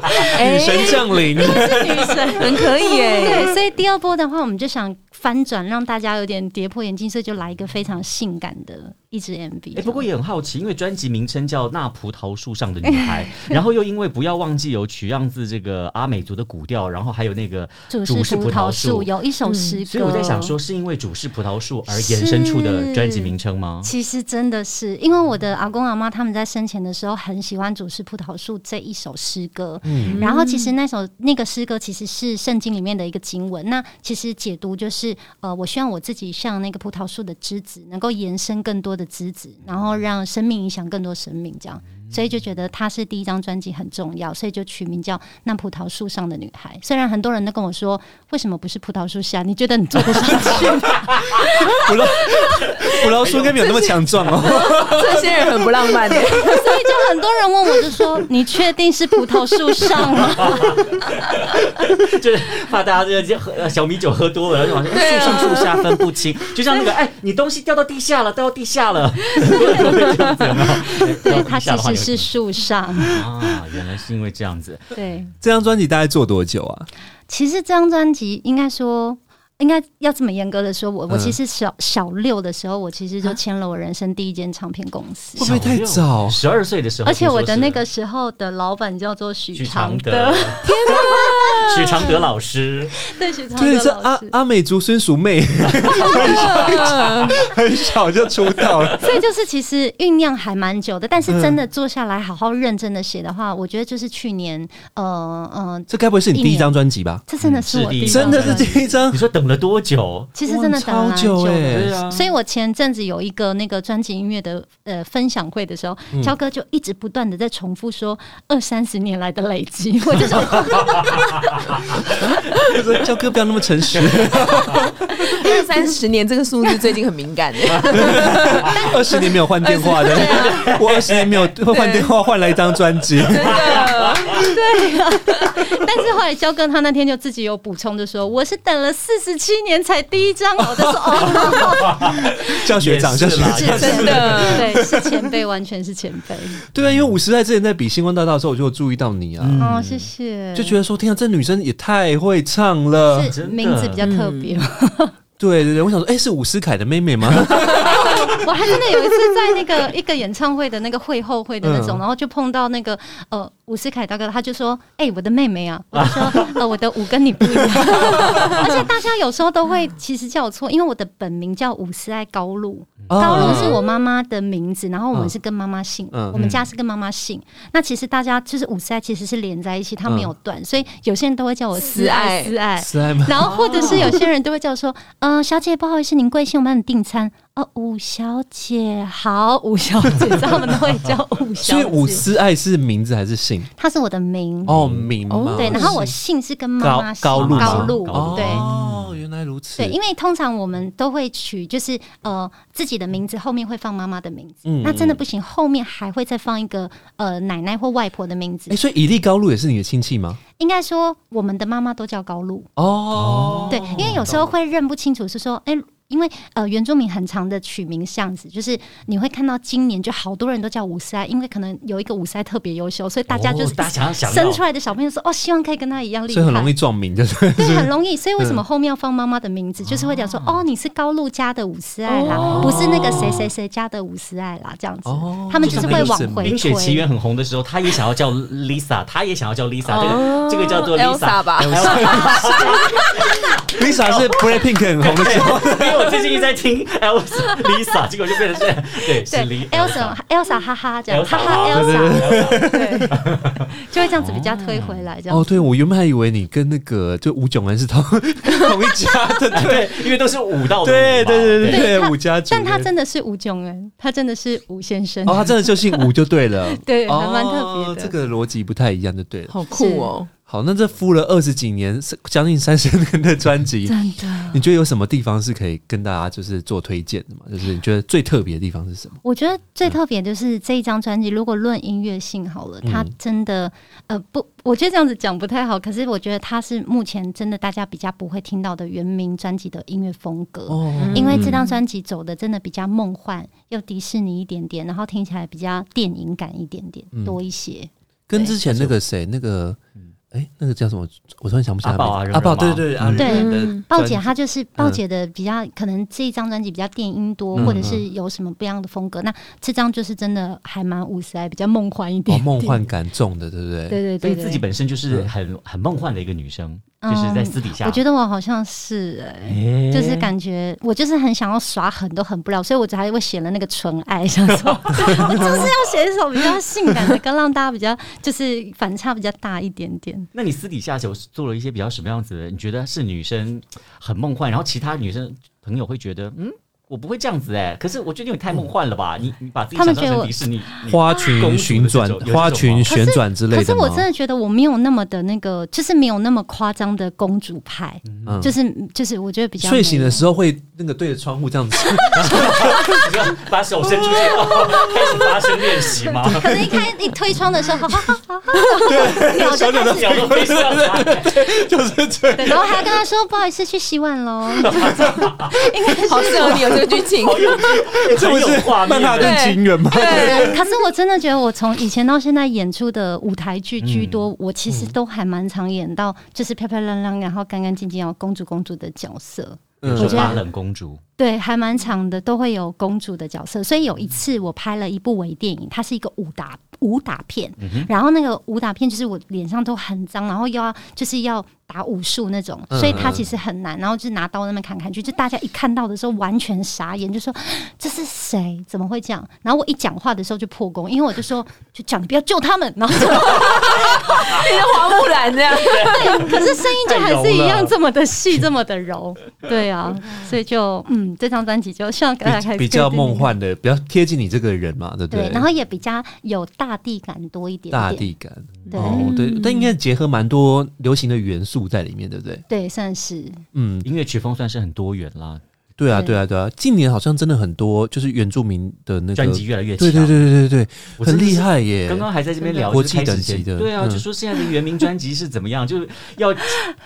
[SPEAKER 1] 哎
[SPEAKER 4] 女神降临，
[SPEAKER 2] 女神。
[SPEAKER 1] 很可以哎，
[SPEAKER 2] 对，所以第二波的话，我们就想翻转，让大家有点跌破眼镜，所以就来一个非常性感的一支 MV。
[SPEAKER 3] 哎、不过也很好奇，因为专辑名称叫《那葡萄树上的女孩》， 然后又因为不要忘记有取样自这个阿美族的古调，然后还有那个
[SPEAKER 2] 主
[SPEAKER 3] 主
[SPEAKER 2] 是
[SPEAKER 3] 是
[SPEAKER 2] 葡
[SPEAKER 3] 葡
[SPEAKER 2] 萄
[SPEAKER 3] 萄
[SPEAKER 2] 树
[SPEAKER 3] 树，嗯
[SPEAKER 2] 有一首诗歌，
[SPEAKER 3] 所以我在想，说是因为主是葡萄树而延伸出的专辑名称吗？
[SPEAKER 2] 其实真的是，因为我的阿公阿妈他们在生前的时候很喜欢《主是葡萄树》这一首诗歌，然后其实那首那个诗歌其实是圣经里面的一个经文。那其实解读就是，呃，我希望我自己像那个葡萄树的枝子，能够延伸更多的枝子，然后让生命影响更多生命，这样。所以就觉得它是第一张专辑很重要，所以就取名叫《那葡萄树上的女孩》。虽然很多人都跟我说，为什么不是葡萄树下？你觉得你做得上去吗？
[SPEAKER 4] 葡萄葡萄树应该没有那么强壮哦。
[SPEAKER 1] 这些人很不浪漫的，欸
[SPEAKER 2] 所以就很多人问我，就说你确定是葡萄树上吗？
[SPEAKER 3] 就是怕大家这喝呃小米酒喝多了，然后就往
[SPEAKER 1] 对
[SPEAKER 3] 哎
[SPEAKER 1] 啊
[SPEAKER 3] 树上树下分不清，就像那个哎，你东西掉到地下了，掉到地 下了，这样子有没哎有
[SPEAKER 2] 对，
[SPEAKER 3] 掉到
[SPEAKER 2] 它
[SPEAKER 3] 地下
[SPEAKER 2] 其
[SPEAKER 3] 的话
[SPEAKER 2] 实是
[SPEAKER 3] 有
[SPEAKER 2] 树上。
[SPEAKER 3] 啊，原来是因为这样子。
[SPEAKER 2] 对，
[SPEAKER 4] 这张专辑大概做多久啊？
[SPEAKER 2] 其实这张专辑应该说。应该要这么严格的说，我我
[SPEAKER 4] 嗯
[SPEAKER 2] 其实小小六的时候，我其实就签了我人生第一间唱片公司
[SPEAKER 4] 会，不会太早？
[SPEAKER 3] 十二岁的时候，
[SPEAKER 2] 而且我的
[SPEAKER 3] 听说是
[SPEAKER 2] 那个时候的老板叫做许
[SPEAKER 3] 许
[SPEAKER 2] 常
[SPEAKER 3] 常德， 许常德老师，
[SPEAKER 2] 对许常德
[SPEAKER 4] 对，这啊
[SPEAKER 2] 老
[SPEAKER 4] 阿
[SPEAKER 2] 师，
[SPEAKER 4] 阿美族孙淑妹很小就出道了，
[SPEAKER 2] 所以就是其实酝酿还蛮久的，但是真的坐下来好好认真的写的话，我觉得就是去年，呃呃，
[SPEAKER 4] 这该不会是你第一张专辑吧？
[SPEAKER 2] 这真的是
[SPEAKER 3] 嗯
[SPEAKER 2] 我第
[SPEAKER 3] 是第
[SPEAKER 2] 一
[SPEAKER 3] 一
[SPEAKER 2] 张
[SPEAKER 4] 真的是
[SPEAKER 2] 专辑
[SPEAKER 4] 第一张
[SPEAKER 3] 你，说等了多久？
[SPEAKER 2] 其实真的等
[SPEAKER 4] 哇
[SPEAKER 2] 了
[SPEAKER 4] 超
[SPEAKER 2] 蛮久
[SPEAKER 4] 久
[SPEAKER 2] 的
[SPEAKER 4] 哎，
[SPEAKER 3] 啊
[SPEAKER 2] 所以我前阵子有一个那个专辑音乐的呃分享会的时候， 焦哥就一直不断的在重复说二三十年来的累积，我就说
[SPEAKER 4] 就说教哥不要那么 诚实，
[SPEAKER 1] 二三十年这个数字最近很敏感欸耶，
[SPEAKER 4] 二十年没有换电话的，我二十年没有换电话，换来一张 专辑。
[SPEAKER 1] 真的。
[SPEAKER 2] 但是后来肖哥他那天就自己有补充，就说我是等了四十七年才第一张，我就说哦，
[SPEAKER 4] 叫学长，
[SPEAKER 3] 也
[SPEAKER 4] 叫
[SPEAKER 3] 是
[SPEAKER 4] 学
[SPEAKER 3] 啦
[SPEAKER 4] 长。
[SPEAKER 3] 也是
[SPEAKER 1] 真的
[SPEAKER 2] 对，是前辈，完全是前辈。
[SPEAKER 4] 对啊，因为五十代之前在比星光大道的时候，我就有注意到你啊，
[SPEAKER 2] 哦，谢谢。
[SPEAKER 4] 就觉得说，天啊，这女生也太会唱了。
[SPEAKER 2] 是
[SPEAKER 3] 真的
[SPEAKER 2] 名字比较特别，
[SPEAKER 4] 对对对，我想说，哎、是伍思凯的妹妹吗？
[SPEAKER 2] 我还真的有一次在那个 一个演唱会的那个会后会的那种，
[SPEAKER 4] 嗯
[SPEAKER 2] 然后就碰到那个呃伍思凯大哥，他就说：“哎、我的妹妹啊！” 我就说：“呃，我的舞跟你不一样。” 而且大家有时候都会其实叫我错，因为我的本名叫伍思爱高露，
[SPEAKER 4] 哦
[SPEAKER 2] 高露
[SPEAKER 4] 啊
[SPEAKER 2] 是我妈妈的名字，然后我们是跟妈妈姓，
[SPEAKER 4] 嗯
[SPEAKER 2] 我们家是跟妈妈姓。那其实大家就是五四爱，其实是连在一起，它没有
[SPEAKER 4] 嗯
[SPEAKER 2] 断，所以有些人都会叫我思爱
[SPEAKER 1] 思
[SPEAKER 2] 思爱。
[SPEAKER 4] 思爱 吗？
[SPEAKER 2] 然后或者是有些人都会叫我说，呃，小姐不好意思，您贵姓？我帮你订餐。哦，五小姐 好，五小姐，他们都会 叫五小
[SPEAKER 4] 所以伍
[SPEAKER 2] 姐。
[SPEAKER 4] 思爱是名字还是姓？
[SPEAKER 2] 她是我的名，
[SPEAKER 4] 哦，名嘛。
[SPEAKER 2] 嗯对，然后我姓是跟妈妈姓
[SPEAKER 4] 高高露
[SPEAKER 2] 高
[SPEAKER 4] 吗
[SPEAKER 2] 露，
[SPEAKER 3] 高露
[SPEAKER 2] 对。
[SPEAKER 4] 哦，原来如此。
[SPEAKER 2] 对，因为通常我们都会取，就是呃自己的名字后面会放妈妈的名字，
[SPEAKER 4] 嗯
[SPEAKER 2] 那真的不行，后面还会再放一个呃奶奶或外婆的名字。
[SPEAKER 4] 哎、所以以利高露也是你的亲戚吗？
[SPEAKER 2] 应该说我们的妈妈都叫高露，
[SPEAKER 4] 哦，
[SPEAKER 2] 对，因为有时候会认不清楚，是说哎。因为呃，原住民很长的取名巷子，就是你会看到今年就好多人都叫五塞，因为可能有一个五塞特别优秀，所以大家就是、
[SPEAKER 3] 哦大家想要
[SPEAKER 2] 生出来的小朋友说哦，希望可以跟他一样厉害，
[SPEAKER 4] 所以很容易撞名，就是
[SPEAKER 2] 对，很容易。所以为什么后面要放妈妈的名字？就是会讲说，哦，你是高露家的伍思爱啦，不是那个谁谁谁家的伍思爱啦，这样子
[SPEAKER 4] 哦，
[SPEAKER 2] 他们就是会往
[SPEAKER 3] 《
[SPEAKER 2] 回
[SPEAKER 3] 冰雪啊奇缘
[SPEAKER 2] 推。》
[SPEAKER 3] 很红的时候，他也想要叫 Lisa，他也想要叫 Lisa，这个这个叫做
[SPEAKER 1] Elsa
[SPEAKER 3] Lisa
[SPEAKER 1] 吧
[SPEAKER 4] Lisa 是 Blackpink 很红的时候，
[SPEAKER 3] 因为我最近一直在听 Elsa Lisa，结果就变成是，对，是 Li-
[SPEAKER 2] Elsa Elsa 哈哈这样，
[SPEAKER 3] Elsa，
[SPEAKER 2] 哈哈
[SPEAKER 3] 对
[SPEAKER 2] Elsa，对，就会这样子比较推回来这样
[SPEAKER 4] 哦，
[SPEAKER 2] 子。
[SPEAKER 4] 对，我原本还以为你跟那个就吴炯恩是同同一家 的，
[SPEAKER 3] 啊对，因为都是舞到的
[SPEAKER 4] 对
[SPEAKER 3] 舞嘛
[SPEAKER 4] 对对
[SPEAKER 2] 对他
[SPEAKER 4] 吴家九
[SPEAKER 2] 但
[SPEAKER 4] 人，
[SPEAKER 2] 他真的是吴炯恩，他真的是吴先生
[SPEAKER 4] 哦，，他真的就姓吴就对了，
[SPEAKER 2] 对，
[SPEAKER 4] 哦
[SPEAKER 2] 还蛮特别的。
[SPEAKER 4] 这个逻辑不太一样就对了。
[SPEAKER 1] 好酷哦！
[SPEAKER 4] 好，那这敷了二十几年，是将近三十年的专辑，
[SPEAKER 2] 真的，
[SPEAKER 4] 你觉得有什么地方是可以跟大家就是做推荐的吗？就是你觉得最特别的地方是什么？
[SPEAKER 2] 我觉得最特别就是这一张专辑，如果论音乐性好
[SPEAKER 4] 嗯
[SPEAKER 2] 了，它真的呃不，我觉得这样子讲不太好，可是我觉得它是目前真的大家比较不会听到的原名专辑的音乐风格。
[SPEAKER 4] 哦，
[SPEAKER 3] 嗯
[SPEAKER 2] 因为这张专辑走的真的比较梦幻，又迪士尼一点点，然后听起来比较电影感一点点、多一些。
[SPEAKER 4] 跟之前
[SPEAKER 3] 嗯
[SPEAKER 4] 那个谁，那个哎、那个叫什么？我突然想不起来
[SPEAKER 3] 阿宝啊
[SPEAKER 4] 名字
[SPEAKER 3] 人
[SPEAKER 4] 阿宝，
[SPEAKER 3] 人
[SPEAKER 4] 对
[SPEAKER 3] 嘛
[SPEAKER 4] 对对，阿
[SPEAKER 3] 嗯
[SPEAKER 4] 仁
[SPEAKER 2] 对
[SPEAKER 4] 的
[SPEAKER 2] 鲍姐
[SPEAKER 4] 专
[SPEAKER 2] 她就是鲍姐的比较，可能这一张专辑比较电音多，
[SPEAKER 4] 嗯
[SPEAKER 2] 或者是有什么不一样的风格。那这张就是真的还蛮五十来，比较梦幻一
[SPEAKER 4] 哦
[SPEAKER 2] 点点
[SPEAKER 4] 梦幻感重的，对不对？
[SPEAKER 2] 对对
[SPEAKER 3] 所
[SPEAKER 2] 对
[SPEAKER 3] 以
[SPEAKER 2] 对，
[SPEAKER 3] 自己本身就是很很梦幻的一个女生，就是在私底下，
[SPEAKER 2] 我觉得我好像是哎、
[SPEAKER 3] 哎
[SPEAKER 2] 就是感觉我就是很想要耍狠都狠不了，所以我才会写了那个纯爱，想说 我就是要写一首比较性感的歌，让大家比较就是反差比较大一点点。
[SPEAKER 3] 那你私底下有做了一些比较什么样子的？你觉得是女生很梦幻，然后其他女生朋友会觉得，嗯，我不会这样子哎、可是我觉得你太梦幻了吧？你你把自己
[SPEAKER 2] 他
[SPEAKER 3] 想
[SPEAKER 2] 们
[SPEAKER 3] 象
[SPEAKER 2] 觉得
[SPEAKER 3] 成
[SPEAKER 2] 我
[SPEAKER 3] 迪士尼女
[SPEAKER 4] 花
[SPEAKER 3] 公
[SPEAKER 4] 裙
[SPEAKER 3] 主
[SPEAKER 4] 旋
[SPEAKER 3] 的这
[SPEAKER 4] 转
[SPEAKER 3] 种有这，种
[SPEAKER 4] 花裙
[SPEAKER 3] 吗
[SPEAKER 4] 旋转之类
[SPEAKER 2] 可是
[SPEAKER 4] 的吗？
[SPEAKER 2] 我真的觉得我没有那么的那个，就是没有那么夸张的公主派，
[SPEAKER 4] 嗯
[SPEAKER 2] 就是就是我觉得比较
[SPEAKER 4] 睡醒
[SPEAKER 2] 没
[SPEAKER 4] 的
[SPEAKER 2] 有
[SPEAKER 4] 时候会那个对着窗户 这样子，
[SPEAKER 3] 你说把手伸出去，开始发声练习吗？
[SPEAKER 2] 可能一开一推窗的时候，哈哈哈哈哈哈，鸟就开始
[SPEAKER 3] 脚都飞上来，
[SPEAKER 4] 就是这样。
[SPEAKER 2] 对，然后还要跟他说不好意思，去洗碗 喽。应该是
[SPEAKER 1] 好适合你有这个剧 情，
[SPEAKER 3] 好有，
[SPEAKER 4] 这不
[SPEAKER 3] 很有
[SPEAKER 4] 是
[SPEAKER 3] 画面
[SPEAKER 4] 曼哈
[SPEAKER 3] 的。
[SPEAKER 4] 顿情缘吗？
[SPEAKER 2] 可是我真的觉得，我从以前到现在演出的舞台剧居多，我其实都还蛮常演到就是漂漂亮亮，然后干干净净，然后公主公主的角色。
[SPEAKER 4] 嗯
[SPEAKER 3] 我
[SPEAKER 2] 我
[SPEAKER 3] 觉
[SPEAKER 2] 觉
[SPEAKER 3] 得
[SPEAKER 2] 得
[SPEAKER 3] 冷公主，
[SPEAKER 2] 对，还蛮长的，都会有公主的角色。所以有
[SPEAKER 4] 嗯
[SPEAKER 2] 一次我拍了一部微电影，它是一个武打武打片，
[SPEAKER 4] 嗯
[SPEAKER 2] 然后那个武打片就是我脸上都很脏，然后又要就是要打武术那种，
[SPEAKER 4] 嗯
[SPEAKER 2] 所以它其实很难。然后就是拿刀那么砍砍去，就大家一看到的时候完全傻眼，就说这是谁？怎么会这样？然后我一讲话的时候就破功，因为我就说就讲你不要救他们，然后就
[SPEAKER 1] 变成花木兰这样。
[SPEAKER 2] 可是声音就还是一
[SPEAKER 3] 太柔了
[SPEAKER 2] 样这么的细，这么的柔，对啊，所以就嗯，嗯，这张专辑就希望大家开始
[SPEAKER 4] 比比较
[SPEAKER 2] 可以听听
[SPEAKER 4] 梦幻的，比较贴近你这个人嘛，对不
[SPEAKER 2] 对，然后也比较有大地感多一点点。
[SPEAKER 4] 大地感
[SPEAKER 2] 对、嗯
[SPEAKER 4] 哦，对，但应该结合蛮多流行的元素在里面，对不对？
[SPEAKER 2] 对，算是
[SPEAKER 4] 嗯，
[SPEAKER 3] 音乐曲风算是很多元啦，
[SPEAKER 4] 对啊，
[SPEAKER 2] 对
[SPEAKER 4] 对啊，对啊，近年好像真的很多就是原住民的那个
[SPEAKER 3] 专辑越来越强。
[SPEAKER 4] 对对对对对
[SPEAKER 3] 我
[SPEAKER 4] 对，
[SPEAKER 3] 真
[SPEAKER 4] 很
[SPEAKER 3] 的是
[SPEAKER 4] 厉害耶！
[SPEAKER 3] 刚刚还在这边聊
[SPEAKER 4] 国际
[SPEAKER 3] 就是开始
[SPEAKER 4] 等级的
[SPEAKER 3] 前对啊，
[SPEAKER 4] 嗯
[SPEAKER 3] 就说现在的原名专辑是怎么样， 就是要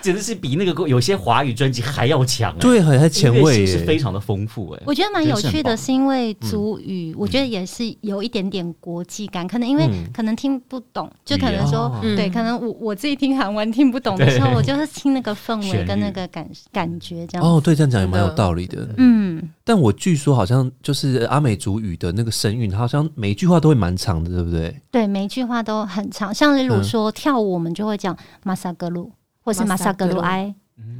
[SPEAKER 3] 简直是比那个有些华语专辑还要强、欸。
[SPEAKER 4] 对，很很前
[SPEAKER 3] 音乐性
[SPEAKER 4] 卫
[SPEAKER 3] 是非
[SPEAKER 4] 耶，
[SPEAKER 3] 常的丰富哎、
[SPEAKER 2] 我觉得蛮有趣
[SPEAKER 3] 真是很
[SPEAKER 2] 的，
[SPEAKER 3] 棒
[SPEAKER 2] 是因为族语，我觉得也是有一点点国际感，可能因为
[SPEAKER 4] 嗯
[SPEAKER 2] 可能听不懂，就可能说
[SPEAKER 4] 哦，
[SPEAKER 1] 嗯
[SPEAKER 2] 对，可能我我自己听韩文听不懂的时候，
[SPEAKER 3] 对
[SPEAKER 2] 我就是听那个氛围
[SPEAKER 3] 旋律
[SPEAKER 2] 跟那个感感觉这样。
[SPEAKER 4] 哦，对，这样讲也蛮有道理的。
[SPEAKER 2] 嗯，
[SPEAKER 4] 但我据说好像就是阿美族语的那个声韵，它好像每一句话都会蛮长的，对不对？
[SPEAKER 2] 对，每一句话都很长，像例如说、跳舞，我们就会讲马萨格鲁，或是马萨格鲁埃，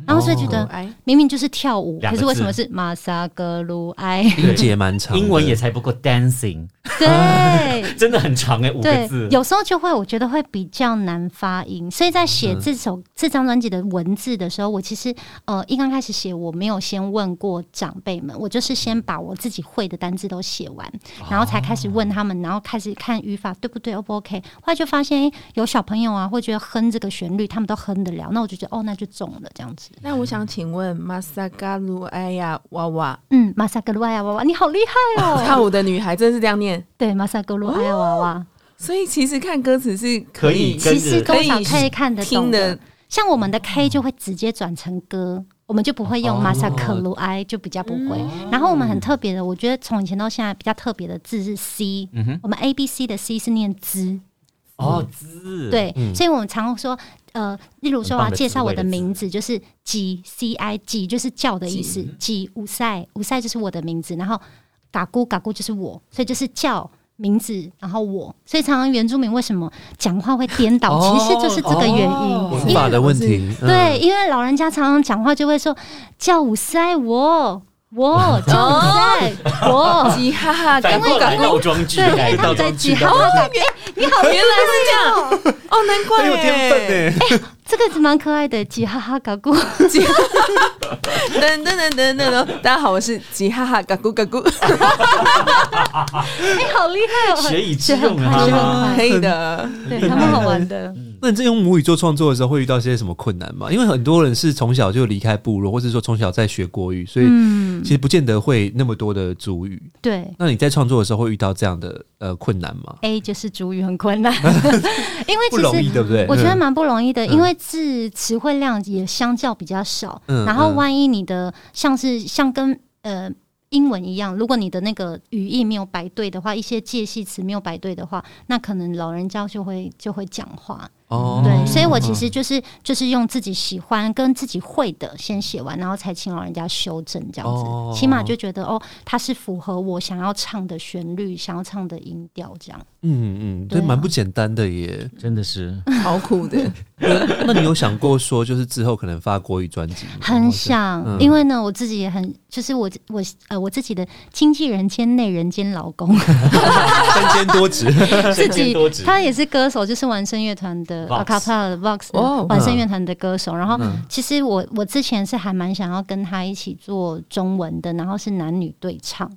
[SPEAKER 2] 然后所以觉得、
[SPEAKER 1] 哎，
[SPEAKER 2] 明明就是跳舞，
[SPEAKER 3] 两
[SPEAKER 2] 可
[SPEAKER 3] 个
[SPEAKER 2] 是为什
[SPEAKER 3] 字
[SPEAKER 2] 么是马萨格鲁埃？
[SPEAKER 4] 音节蛮长的，
[SPEAKER 3] 英文也才不过 dancing，
[SPEAKER 2] 对，
[SPEAKER 3] 真的很长哎、五个
[SPEAKER 2] 对
[SPEAKER 3] 字，。
[SPEAKER 2] 有时候就会我觉得会比较难发音，所以在写这首、
[SPEAKER 3] 嗯
[SPEAKER 2] 这张专辑的文字的时候，我其实呃一刚开始写我没有先问过长辈们，我就是先把我自己会的单字都写完，
[SPEAKER 3] 啊
[SPEAKER 2] 然后才开始问他们，然后开始看语法对不对，O 哦不 OK。后来就发现、诶有小朋友啊会觉得哼这个旋律，他们都哼得了，那我就觉得哦那就中了这样子。
[SPEAKER 1] 那我想请问，马萨嘎鲁哎呀娃娃，
[SPEAKER 2] 嗯，马萨格鲁埃呀娃娃，你好厉害哦！
[SPEAKER 1] 跳舞的女孩真的是这样念，
[SPEAKER 2] 对，马萨格鲁埃呀娃娃，
[SPEAKER 1] 所以其实看歌词是
[SPEAKER 3] 可以跟
[SPEAKER 2] 其
[SPEAKER 3] 着
[SPEAKER 2] 实通常可以看得懂
[SPEAKER 1] 听
[SPEAKER 2] 的
[SPEAKER 1] 的。。
[SPEAKER 2] 像我们的 K 就会直接转成歌，我们就不会用
[SPEAKER 4] 哦
[SPEAKER 2] m a s a k u i 就比较不会。然后我们很特别的，我觉得从以前到现在比较特别的字是 C，、我们 A B C 的 C 是念滋，
[SPEAKER 3] 哦，字
[SPEAKER 2] 对，所以我们常说。呃，例如说我
[SPEAKER 3] 很棒
[SPEAKER 2] 要
[SPEAKER 3] 的
[SPEAKER 2] 介绍我的
[SPEAKER 3] 滋味的
[SPEAKER 2] 名字，就是吉 C I G，就是叫的意思。吉吴赛，吴赛就是我的名字，然后嘎咕嘎咕就是我，所以就是叫名字，然后我。所以常常原住民为什么讲话会颠倒，
[SPEAKER 4] 哦
[SPEAKER 2] 其实就是这个原因。
[SPEAKER 4] 文法的问题，嗯
[SPEAKER 2] 对，，因为老人家常常讲话就会说叫五塞我 我叫五塞
[SPEAKER 4] 哦
[SPEAKER 2] 我，
[SPEAKER 1] 吉哈哈，赶
[SPEAKER 3] 反过
[SPEAKER 1] 快
[SPEAKER 3] 来
[SPEAKER 1] 赶快！
[SPEAKER 3] 倒装句
[SPEAKER 2] 对，
[SPEAKER 3] 的
[SPEAKER 2] 因
[SPEAKER 3] 概
[SPEAKER 2] 为他们在
[SPEAKER 3] 念，
[SPEAKER 2] 举，好好改变，你好厉害哦，
[SPEAKER 1] 哦，难怪
[SPEAKER 4] 很有天分
[SPEAKER 1] 耶
[SPEAKER 4] 耶。
[SPEAKER 2] 这个是蛮可爱的，吉哈哈搞过，
[SPEAKER 1] 吉哈哈，等等等等等等，大家好，我是吉哈哈，嘎咕嘎咕，
[SPEAKER 2] 哎，好厉害哦，
[SPEAKER 3] 学以致
[SPEAKER 2] 是很
[SPEAKER 3] 用
[SPEAKER 2] 快，
[SPEAKER 3] 啊
[SPEAKER 2] 是很
[SPEAKER 1] 可
[SPEAKER 2] 快，
[SPEAKER 1] 以的。
[SPEAKER 2] 对，还蛮好玩的，
[SPEAKER 4] 那你在用母语做创作的时候，会遇到些什么困难吗？因为很多人是从小就离开部落，或者说从小在学国语，所以
[SPEAKER 2] 嗯
[SPEAKER 4] 其，实不见得会那么多的主语。
[SPEAKER 2] 对。
[SPEAKER 4] 那你在创作的时候会遇到这样的呃困难吗？
[SPEAKER 2] A 就是主语很困 难，因为
[SPEAKER 4] 不
[SPEAKER 2] 其
[SPEAKER 4] 容易，
[SPEAKER 2] 实
[SPEAKER 4] 对不对？
[SPEAKER 2] 我觉得
[SPEAKER 4] 嗯
[SPEAKER 2] 蛮不容易的，
[SPEAKER 4] 嗯
[SPEAKER 2] 因为字词汇量也相较比较少。
[SPEAKER 4] 嗯
[SPEAKER 2] 然后
[SPEAKER 4] 嗯
[SPEAKER 2] 万一你的像是像跟呃英文一样，如果你的那个语义没有摆对的话，一些介系词没有摆对的话，那可能老人家就会就会讲话。
[SPEAKER 4] 哦
[SPEAKER 2] 对，所以我其实就是就是用自己喜欢跟自己会的先写完，然后才请老人家修正这样子，
[SPEAKER 4] 哦
[SPEAKER 2] 起码就觉得哦，它是符合我想要唱的旋律、想要唱的音调这样。
[SPEAKER 4] 嗯嗯，
[SPEAKER 2] 对
[SPEAKER 4] 对，
[SPEAKER 2] 啊
[SPEAKER 4] 蛮不简单的耶。
[SPEAKER 3] 真的是
[SPEAKER 1] 嗯好苦的，
[SPEAKER 4] 嗯 那那你有想过说，就是之后可能发国语专辑吗？
[SPEAKER 2] 很想，
[SPEAKER 4] 嗯
[SPEAKER 2] 因为呢，我自己也很，就是我我呃我自己的经纪人兼内人兼老公，
[SPEAKER 4] 身兼多职，
[SPEAKER 2] 自
[SPEAKER 3] 身兼
[SPEAKER 2] 己
[SPEAKER 3] 多职
[SPEAKER 2] 他也是歌手，就是玩声乐团的
[SPEAKER 3] Vox
[SPEAKER 2] a c a p p e l l Vox
[SPEAKER 1] 哦
[SPEAKER 2] 玩声乐团的歌手。然后其实我我之前是还蛮想要跟他一起做中文的，然后是男女对唱，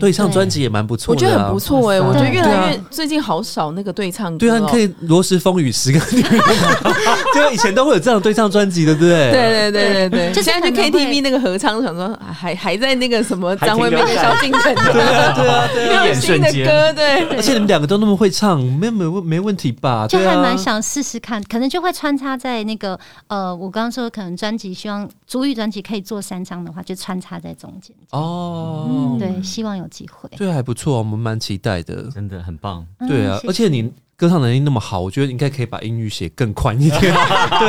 [SPEAKER 4] 对唱专辑也蛮不错
[SPEAKER 1] 我
[SPEAKER 4] 的
[SPEAKER 1] 觉
[SPEAKER 4] 啊。
[SPEAKER 1] 得很不错哎，我觉得越来
[SPEAKER 4] 对啊
[SPEAKER 1] 越最近好少那个对唱歌
[SPEAKER 4] 对啊，你
[SPEAKER 1] 哦。
[SPEAKER 4] 可以《罗时风雨》十个女人， 对啊，以前都会有这样的对唱专辑的，对不对？
[SPEAKER 1] 对对对对对，
[SPEAKER 2] 就是
[SPEAKER 1] 现在去
[SPEAKER 2] 可能会
[SPEAKER 1] KTV 那个合唱，想说啊还还在那个什么
[SPEAKER 3] 还停
[SPEAKER 1] 张惠妹
[SPEAKER 3] 留
[SPEAKER 1] 跟
[SPEAKER 3] 在
[SPEAKER 1] 萧敬腾
[SPEAKER 4] 对啊，对啊，对啊。
[SPEAKER 1] 没有新的歌，对
[SPEAKER 4] 而且你们两个都那么会唱，没没没问题吧？
[SPEAKER 2] 就
[SPEAKER 4] 对
[SPEAKER 2] 还
[SPEAKER 4] 啊，
[SPEAKER 2] 蛮想试试看，可能就会穿插在那个呃，我刚刚说可能专辑希望主语专辑可以做三张的话，就穿插在中间，
[SPEAKER 1] 嗯
[SPEAKER 4] 哦。
[SPEAKER 2] 对，希望有机会。
[SPEAKER 4] 对，还不错，我们蛮期待的。
[SPEAKER 3] 真的很棒。
[SPEAKER 4] 对啊
[SPEAKER 2] 嗯，谢谢
[SPEAKER 4] 而且你歌唱能力那么好，我觉得应该可以把音域写更宽 一点。对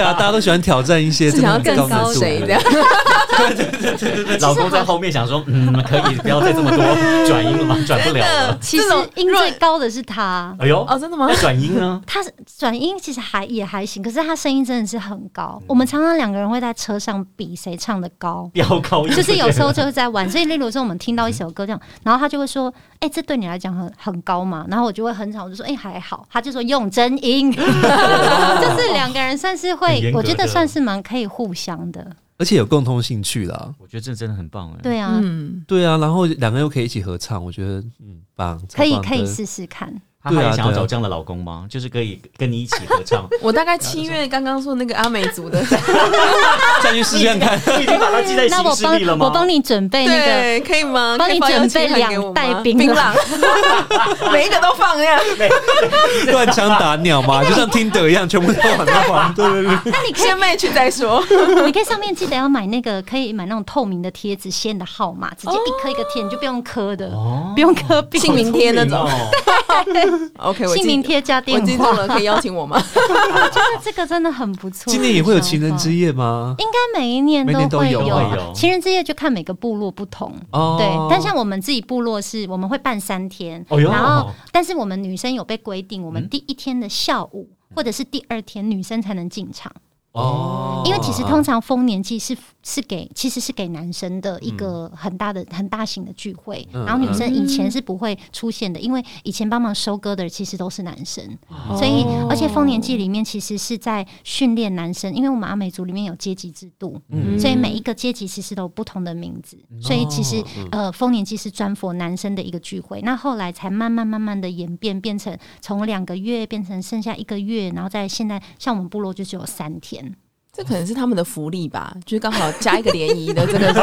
[SPEAKER 4] 啊，大家都喜欢挑战一些
[SPEAKER 1] 是想要
[SPEAKER 4] 这么
[SPEAKER 1] 更
[SPEAKER 4] 高
[SPEAKER 1] 高
[SPEAKER 4] 难度
[SPEAKER 1] 谁
[SPEAKER 4] 的
[SPEAKER 1] 这样？
[SPEAKER 3] 老公在后面想说，嗯，可以不要再这么多转音了吗？转不了了。
[SPEAKER 2] 其实啊
[SPEAKER 1] 这种
[SPEAKER 2] 音
[SPEAKER 1] 若
[SPEAKER 2] 最高的是他，
[SPEAKER 3] 哎呦，
[SPEAKER 1] 哦，真的吗
[SPEAKER 3] 要？转 音呢？
[SPEAKER 2] 他是转音其实还也还行，可是他声音真的是很高。
[SPEAKER 4] 嗯
[SPEAKER 2] 我们常常两个人会在车上比谁唱的高，
[SPEAKER 3] 飙高音
[SPEAKER 2] 就是有时候就是在玩。所以，例如说我们听到一首歌这样，然后他就会说：“哎、这对你来讲很很高嘛？”然后我就会很吵，我就说：“哎、还好。”他就说用真 音，就是两个人算是
[SPEAKER 3] 很严
[SPEAKER 2] 会，
[SPEAKER 3] 格
[SPEAKER 2] 我觉
[SPEAKER 3] 的嗯
[SPEAKER 2] 得算是蛮可以互相的。
[SPEAKER 4] 而且有共同兴趣啦。
[SPEAKER 3] 我觉得这真的很棒哎。
[SPEAKER 2] 对啊，
[SPEAKER 1] 嗯，
[SPEAKER 4] 对啊，然后两个人又可以一起合唱，我觉得嗯棒，超
[SPEAKER 2] 可以
[SPEAKER 4] 棒的
[SPEAKER 2] 可以试试看。
[SPEAKER 3] 他
[SPEAKER 4] 对啊
[SPEAKER 3] 还想要
[SPEAKER 4] 对啊
[SPEAKER 3] 找这样的老公吗？就是可以跟你一起合 唱，
[SPEAKER 1] 我大概七月刚刚说那个阿美族的，
[SPEAKER 4] 再去试试看看。
[SPEAKER 3] 你已经把他记在
[SPEAKER 2] 那
[SPEAKER 3] 行
[SPEAKER 2] 我
[SPEAKER 3] 事历了
[SPEAKER 2] 帮
[SPEAKER 3] 吗？
[SPEAKER 2] 我帮你准备哎那个
[SPEAKER 1] 对，可以吗？
[SPEAKER 2] 帮你
[SPEAKER 1] 可以发邀请
[SPEAKER 2] 准备
[SPEAKER 1] 函给我吗
[SPEAKER 2] 两袋槟
[SPEAKER 1] 槟
[SPEAKER 2] 榔
[SPEAKER 1] 榔每一个都放呀。
[SPEAKER 4] 乱枪打鸟嘛，就像听得一样，全部都往那玩。对对 对，
[SPEAKER 2] 那你可
[SPEAKER 1] 先卖去再 说。
[SPEAKER 2] 以，你可以上面记得要买那个，可以买那种透明的贴纸，写你的号码，直接一颗一个贴，你就不用刻的，
[SPEAKER 3] 哦
[SPEAKER 2] 不用刻笔。
[SPEAKER 1] 姓名贴那种
[SPEAKER 3] 好聪明哦
[SPEAKER 1] OK，我
[SPEAKER 2] 姓
[SPEAKER 1] 记
[SPEAKER 2] 名贴加
[SPEAKER 1] 我
[SPEAKER 2] 电
[SPEAKER 1] 记住
[SPEAKER 2] 话，
[SPEAKER 1] 了，可以邀请我吗？
[SPEAKER 2] 那这个真的很不错。
[SPEAKER 4] 今年也会有情人之
[SPEAKER 2] 夜，
[SPEAKER 4] 夜吗？
[SPEAKER 2] 应该每一年
[SPEAKER 4] 每年都
[SPEAKER 2] 会啊
[SPEAKER 4] 有
[SPEAKER 3] 都会有
[SPEAKER 2] 情人之夜就看每个部落不同。
[SPEAKER 4] 哦，
[SPEAKER 2] 对，但像我们自己部落是，我们会办三天，
[SPEAKER 3] 哦哟
[SPEAKER 2] 然后但是我们女生有被规定，我
[SPEAKER 4] 嗯
[SPEAKER 2] 们第一天的下午、或者是第二天女生才能进场，
[SPEAKER 4] 哦
[SPEAKER 2] 因为其实通常丰年祭是是给其实是给男生的一个很大的、很大型的聚会，
[SPEAKER 4] 嗯
[SPEAKER 2] 然后女生以前是不会出现的，因为以前帮忙收割的其实都是男生，
[SPEAKER 4] 哦
[SPEAKER 2] 所以而且丰年祭里面其实是在训练男生，因为我们阿美族里面有阶级制度，
[SPEAKER 4] 嗯
[SPEAKER 2] 所以每一个阶级其实都有不同的名字，所以其实呃，丰年祭是专佛男生的一个聚会，那后来才慢慢慢慢的演变，变成从两个月变成剩下一个月，然后在现在像我们部落就只有三天，
[SPEAKER 1] 这可能是他们的福利吧，就是刚好加一个联谊的这 个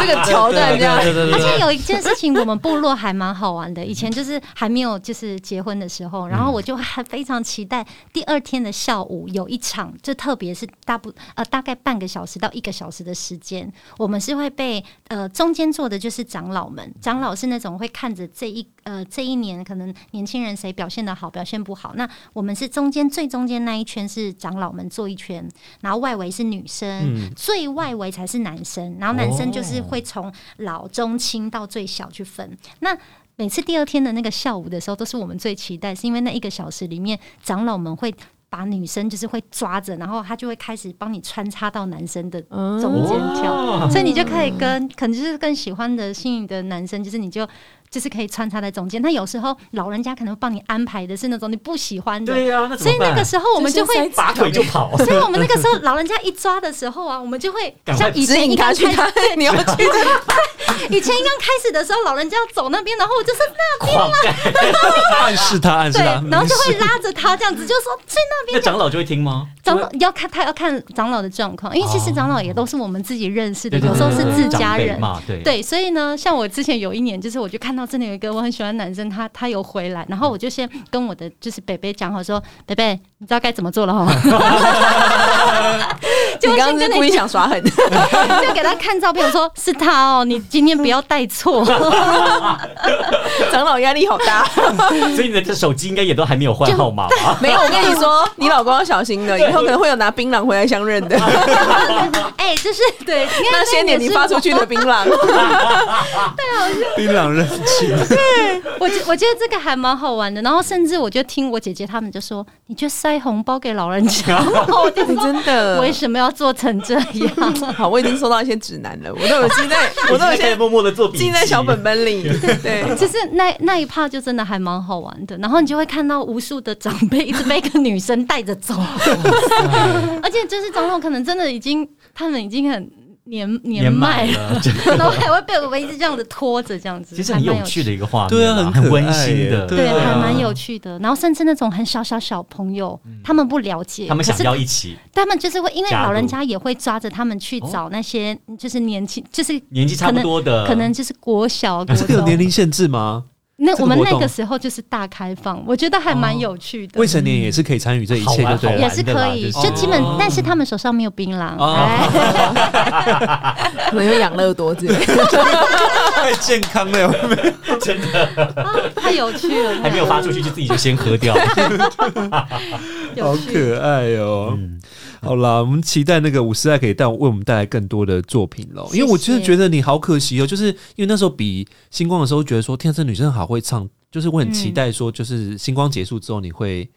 [SPEAKER 1] 这个桥段这样。
[SPEAKER 4] 对嗯对
[SPEAKER 2] 而且
[SPEAKER 4] 对，
[SPEAKER 2] 有一件事情，我们部落还蛮好玩的。以前就是还没有就是结婚的时候，然后我就还非常期待第二天的下午有一场，就特别是大不呃大概半个小时到一个小时的时间，我们是会被呃中间坐的就是长老们，长老是那种会看着这一呃这一年可能年轻人谁表现的好，表现不好，那我们是中间最中间那一圈是长老们坐一圈，然后外围是女生，最外围才是男生，然后男生就是会从老中青到最小去分。那每次第二天的那个下午的时候，都是我们最期待，是因为那一个小时里面，长老们会把女生就是会抓着，然后他就会开始帮你穿插到男生的
[SPEAKER 1] 哦嗯
[SPEAKER 2] 中间跳，
[SPEAKER 3] 哇
[SPEAKER 2] 所以你就可以跟可能就是更喜欢的心仪的男生，就是你就。就是可以穿插在中间，那有时候老人家可能会帮你安排的是那种你不喜欢的，
[SPEAKER 3] 对呀，那怎
[SPEAKER 2] 所以
[SPEAKER 3] 么
[SPEAKER 2] 那个
[SPEAKER 3] 办？
[SPEAKER 2] 时候我们就会
[SPEAKER 3] 拔腿就跑，
[SPEAKER 2] 所以我们那个时候老人家一抓的时候啊，我们就会
[SPEAKER 3] 赶快
[SPEAKER 2] 像以
[SPEAKER 1] 指
[SPEAKER 2] 前一
[SPEAKER 1] 引他
[SPEAKER 2] 刚
[SPEAKER 1] 去
[SPEAKER 2] 开
[SPEAKER 1] 他
[SPEAKER 2] 始，，
[SPEAKER 1] 你要去
[SPEAKER 2] 以前一刚开始的时候，老人家要走那边，然后我就是那
[SPEAKER 3] 狂啊干。
[SPEAKER 4] 暗示他，暗示
[SPEAKER 2] 对
[SPEAKER 4] 他，，
[SPEAKER 2] 然后就会拉着他这样子，就说去那
[SPEAKER 3] 那
[SPEAKER 2] 边。
[SPEAKER 3] 长老就会听吗？
[SPEAKER 2] 长 老要看他要看长老的状况，因为其实长老也都是我们自己认识的，
[SPEAKER 3] 对对
[SPEAKER 2] 有时候是
[SPEAKER 3] 对对
[SPEAKER 2] 自
[SPEAKER 3] 长
[SPEAKER 2] 家
[SPEAKER 3] 辈
[SPEAKER 2] 人。
[SPEAKER 3] 嘛，对。
[SPEAKER 2] 对，所以呢，像我之前有一年，就是我就看到真的有一个我很喜欢的男生，他他有回来，然后我就先跟我的就是北北讲好说，北北，你知道该怎么做了哦哈。就
[SPEAKER 1] 你
[SPEAKER 2] 先
[SPEAKER 1] 刚刚
[SPEAKER 2] 跟
[SPEAKER 1] 是
[SPEAKER 2] 你
[SPEAKER 1] 故意想耍狠，
[SPEAKER 2] 就给他看照片，我说是他哦，你今天不要带错。
[SPEAKER 1] 长老压力好大。
[SPEAKER 3] 所以你的手机应该也都还没有换号码 吧？
[SPEAKER 1] 没有，我跟你 说，你老公要小心的，以后可能会有拿槟榔回来相认的。
[SPEAKER 2] 哎、就是对，因为
[SPEAKER 1] 那些年你发出去的槟榔，
[SPEAKER 4] 槟榔认亲，
[SPEAKER 2] 我觉我觉得这个还蛮好玩的。然后甚至我就听我姐姐他们就说，你就塞红包给老人 家，我就
[SPEAKER 1] 你
[SPEAKER 2] 说
[SPEAKER 1] 真的
[SPEAKER 2] 为什么要做成这 样？
[SPEAKER 1] 好，我已经收到一些指南了，我都有记 在，我都有
[SPEAKER 3] 我现在开始
[SPEAKER 1] 先
[SPEAKER 3] 默默的做笔记，
[SPEAKER 1] 记在小本本 里。对，
[SPEAKER 2] 就是那那一趴就真的还蛮好玩的，然后你就会看到无数的长辈一直被一个女生带着走，而且就是长老可能真的已经他们已经很年年
[SPEAKER 3] 年
[SPEAKER 2] 迈
[SPEAKER 3] 迈
[SPEAKER 2] 了，
[SPEAKER 3] 了。
[SPEAKER 2] 然后还会被我们一直这样子拖着这样子，
[SPEAKER 3] 其实很
[SPEAKER 2] 还蛮
[SPEAKER 3] 有趣的一嗯个画面啊，
[SPEAKER 4] 对啊很可爱
[SPEAKER 3] 很温馨
[SPEAKER 4] 耶
[SPEAKER 3] 的，
[SPEAKER 4] 对
[SPEAKER 2] 对，
[SPEAKER 4] 啊
[SPEAKER 2] 还蛮有趣的。然后甚至那种很小小小朋友，他们不了解，
[SPEAKER 3] 嗯他们想
[SPEAKER 2] 可是
[SPEAKER 3] 要一起，
[SPEAKER 2] 他们就是会，因为
[SPEAKER 3] 加入
[SPEAKER 2] 老人家也会抓着他们去找那些就是年轻，就是
[SPEAKER 3] 年纪差不多的，
[SPEAKER 2] 可能就是国小、国
[SPEAKER 4] 这个有年
[SPEAKER 2] 中。
[SPEAKER 4] 龄限制吗？
[SPEAKER 2] 那
[SPEAKER 4] 这个
[SPEAKER 2] 我们
[SPEAKER 4] 活
[SPEAKER 2] 那
[SPEAKER 4] 动哦
[SPEAKER 2] 个时候就是大开放，我觉得还蛮有趣的
[SPEAKER 4] 未。成年也啊是可以参与这一切，
[SPEAKER 3] 好
[SPEAKER 4] 就
[SPEAKER 3] 玩
[SPEAKER 4] 对
[SPEAKER 3] 好
[SPEAKER 2] 也
[SPEAKER 4] 了
[SPEAKER 3] 玩。
[SPEAKER 2] 是
[SPEAKER 3] 的啦
[SPEAKER 2] 可以，
[SPEAKER 3] 就是
[SPEAKER 2] 就基本，但是他们手上没有槟榔，
[SPEAKER 4] 哦
[SPEAKER 2] 哎
[SPEAKER 1] 可能有养乐多之类的。
[SPEAKER 4] 太健康了，
[SPEAKER 3] 真的
[SPEAKER 2] 啊太有趣哦了，
[SPEAKER 3] 还没有发出去，就自己就先喝 掉。
[SPEAKER 2] 有
[SPEAKER 4] 好
[SPEAKER 2] 趣。
[SPEAKER 4] 可爱哦、
[SPEAKER 3] 嗯
[SPEAKER 4] 好啦，我们期待那个五十代可以带为我们带来更多的作品喽。
[SPEAKER 2] 谢谢
[SPEAKER 4] 因为我真的觉得你好可惜哦、就是因为那时候比星光的时候，觉得说天啊生女生好会唱，就是我很期待说，就是星光结束之后你会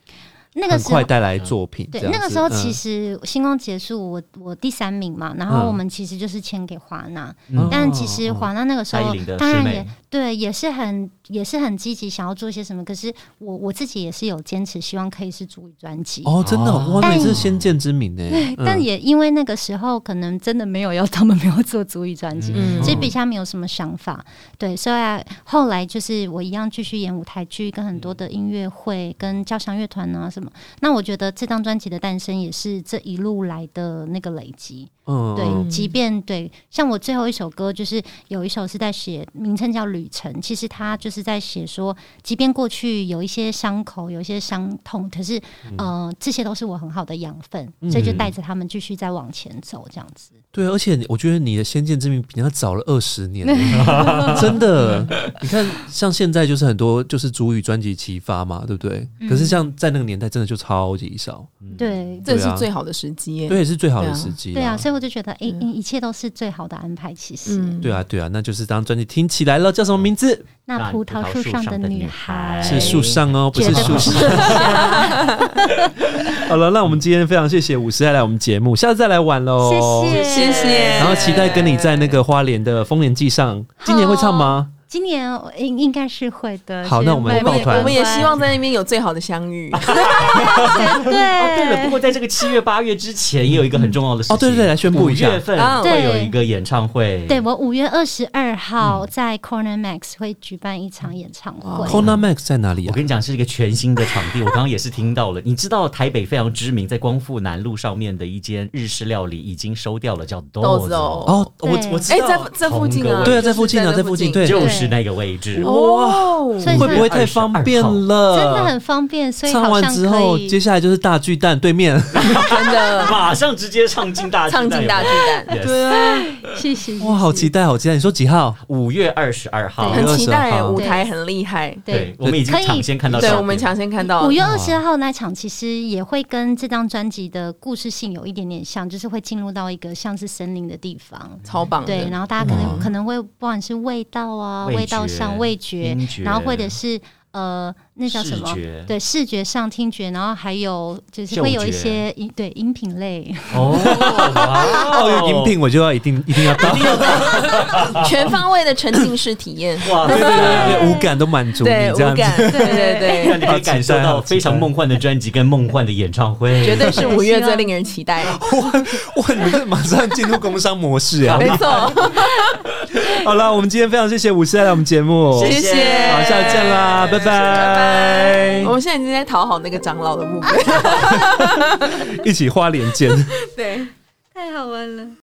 [SPEAKER 2] 那个
[SPEAKER 4] 很
[SPEAKER 2] 时候
[SPEAKER 4] 快带来作品这
[SPEAKER 2] 对，
[SPEAKER 4] 样子。
[SPEAKER 2] 那个时候
[SPEAKER 4] 嗯
[SPEAKER 2] 其实星光结束，我我第三名嘛，然后
[SPEAKER 4] 嗯
[SPEAKER 2] 我们其实就是签给华纳，
[SPEAKER 4] 嗯
[SPEAKER 2] 但其实华纳那个时
[SPEAKER 3] 蔡依
[SPEAKER 2] 候
[SPEAKER 3] 林的
[SPEAKER 2] 当
[SPEAKER 3] 师
[SPEAKER 2] 然
[SPEAKER 3] 妹
[SPEAKER 2] 也对，也是很也是很积极想要做些什么，可是我我自己也是有坚持，希望可以是主语专辑。
[SPEAKER 4] 哦，真的，
[SPEAKER 3] 哦
[SPEAKER 4] 我每次先见之明呢。
[SPEAKER 2] 对，
[SPEAKER 4] 嗯
[SPEAKER 2] 但也因为那个时候可能真的没有要 他们没有做足语专辑，
[SPEAKER 1] 嗯
[SPEAKER 2] 所以比较没有什么想法。对，所以啊后来就是我一样继续演舞台剧，跟很多的音乐会、跟交响乐团啊什么。那我觉得这张专辑的诞生也是这一路来的那个累积。
[SPEAKER 4] 嗯
[SPEAKER 2] 对，即便对，像我最后一首歌，就是有一首是在写，名称叫《旅程》。其实它就是在写说，即便过去有一些伤口，有一些伤痛，可是，呃，这些都是我很好的养分，所以就带着他们继续再往前走，这样子。
[SPEAKER 4] 对，啊而且我觉得你的先见之明比人家早了二十 年，真的。你看，像现在就是很多就是主语专辑齐发嘛，对不对？
[SPEAKER 2] 嗯
[SPEAKER 4] 可是像在那个年代，真的就超级少，
[SPEAKER 2] 对，
[SPEAKER 1] 这
[SPEAKER 4] 对啊
[SPEAKER 1] 是最好的时机耶。
[SPEAKER 4] 对，是最好的时机。
[SPEAKER 2] 对啊，，所以我就觉得，哎、一切都是最好的安排。其实，
[SPEAKER 1] 嗯，
[SPEAKER 4] 对啊，对啊，那就是这张专辑听起来了，叫什么名字？
[SPEAKER 2] 那葡萄树上的女孩
[SPEAKER 4] 是树上哦，不是树上。 好了，那我们今天非常谢谢五十爱来我们节目，下次再来玩喽。
[SPEAKER 2] 谢
[SPEAKER 1] 谢谢
[SPEAKER 4] 然后期待跟你在那个花莲的丰年祭上，今年会唱吗？
[SPEAKER 2] 今年应应该是会的。
[SPEAKER 4] 好那我们
[SPEAKER 1] 我
[SPEAKER 2] 是
[SPEAKER 4] 抱
[SPEAKER 1] 们也
[SPEAKER 4] 团
[SPEAKER 1] 我们也希望在那边有最好的相遇。
[SPEAKER 2] 对
[SPEAKER 3] 哦，对了，不过在这个七月八月之前，也有一个很重要的事情。
[SPEAKER 4] 哦对对对来宣布一下
[SPEAKER 3] 5月份
[SPEAKER 1] 啊
[SPEAKER 3] 会有一个演唱会。
[SPEAKER 2] 对我五月二十二号
[SPEAKER 3] 嗯
[SPEAKER 2] 在 Corner Max 会举办一场演唱会。
[SPEAKER 4] c o n a Max 在哪里
[SPEAKER 3] 我
[SPEAKER 4] 啊？
[SPEAKER 3] 跟你讲，是一个全新的场地。我刚刚也是听到了，你知道台北非常知名，在光复南路上面的一间日式料理已经收掉了，叫豆
[SPEAKER 1] 豆
[SPEAKER 3] 子
[SPEAKER 1] 子
[SPEAKER 3] 哦
[SPEAKER 1] 哦，
[SPEAKER 4] 哦，我
[SPEAKER 2] 对
[SPEAKER 4] 我 知
[SPEAKER 1] 哎，
[SPEAKER 4] 道，
[SPEAKER 1] 在在附近啊，就
[SPEAKER 4] 对啊，
[SPEAKER 1] 是
[SPEAKER 4] 在附近啊，在附近，对，
[SPEAKER 3] 就是那个位置。
[SPEAKER 4] 哇，
[SPEAKER 1] 哦，
[SPEAKER 2] 所以
[SPEAKER 4] 会不会太方便了？
[SPEAKER 2] 真的很方便，所以
[SPEAKER 4] 唱
[SPEAKER 2] 好
[SPEAKER 4] 完
[SPEAKER 2] 像
[SPEAKER 4] 之
[SPEAKER 2] 可
[SPEAKER 4] 后，
[SPEAKER 2] 以。
[SPEAKER 4] 接下来就是大巨蛋对面。
[SPEAKER 1] 真 的
[SPEAKER 3] 马上直接唱进大巨蛋
[SPEAKER 1] 唱进大巨蛋，
[SPEAKER 3] Yes
[SPEAKER 1] 对啊，
[SPEAKER 2] 谢谢。
[SPEAKER 4] 哇，好期待，好期待！你说几号？
[SPEAKER 3] 五月二十二号，
[SPEAKER 4] 对
[SPEAKER 1] 很期
[SPEAKER 4] 22
[SPEAKER 1] 待，
[SPEAKER 4] 号
[SPEAKER 1] 舞台很厉害。
[SPEAKER 3] 对
[SPEAKER 2] 对，
[SPEAKER 3] 我们已经
[SPEAKER 2] 可以
[SPEAKER 3] 抢先看到照
[SPEAKER 1] 对，
[SPEAKER 3] 片，
[SPEAKER 1] 我们抢先看到
[SPEAKER 2] 五月二十号那场其实也会跟这张专辑的故事性有一点点像，就是会进入到一个像是森林的地方。
[SPEAKER 4] 嗯
[SPEAKER 1] 超棒的，
[SPEAKER 2] 对， 然后大家可能可能会不管是味道啊、
[SPEAKER 3] 味觉
[SPEAKER 2] 味道上、味觉
[SPEAKER 3] 音，觉
[SPEAKER 2] 然后或者是呃，那叫什么
[SPEAKER 3] 视觉？
[SPEAKER 2] 对，视觉上、听觉，然后还有就是会有一
[SPEAKER 3] 嗅觉
[SPEAKER 2] 些音对音频类。
[SPEAKER 3] 哦，哇
[SPEAKER 4] 哦，有饮品我就要一定一定要到，
[SPEAKER 1] 全方位的沉浸式体验，
[SPEAKER 3] 哇，对对
[SPEAKER 4] 对
[SPEAKER 3] 对。
[SPEAKER 4] 对对，五感都满足你
[SPEAKER 1] 对，
[SPEAKER 4] 这样
[SPEAKER 1] 无
[SPEAKER 4] 子。
[SPEAKER 1] 感，对对对，
[SPEAKER 3] 让你可以感受到非常梦幻的专辑跟梦幻的演唱会，
[SPEAKER 1] 绝对是五月最令人期待。
[SPEAKER 4] 哇，你们这马上进入工商模式 啊！
[SPEAKER 1] 没错，
[SPEAKER 4] 好了，我们今天非常谢谢五十来到我们节目，
[SPEAKER 1] 谢谢，
[SPEAKER 4] 好，下次见啦，拜拜
[SPEAKER 1] 拜。我们现在已经在讨好那个长老的部分，
[SPEAKER 4] 一起花莲见。
[SPEAKER 1] 对。
[SPEAKER 2] 太好玩了。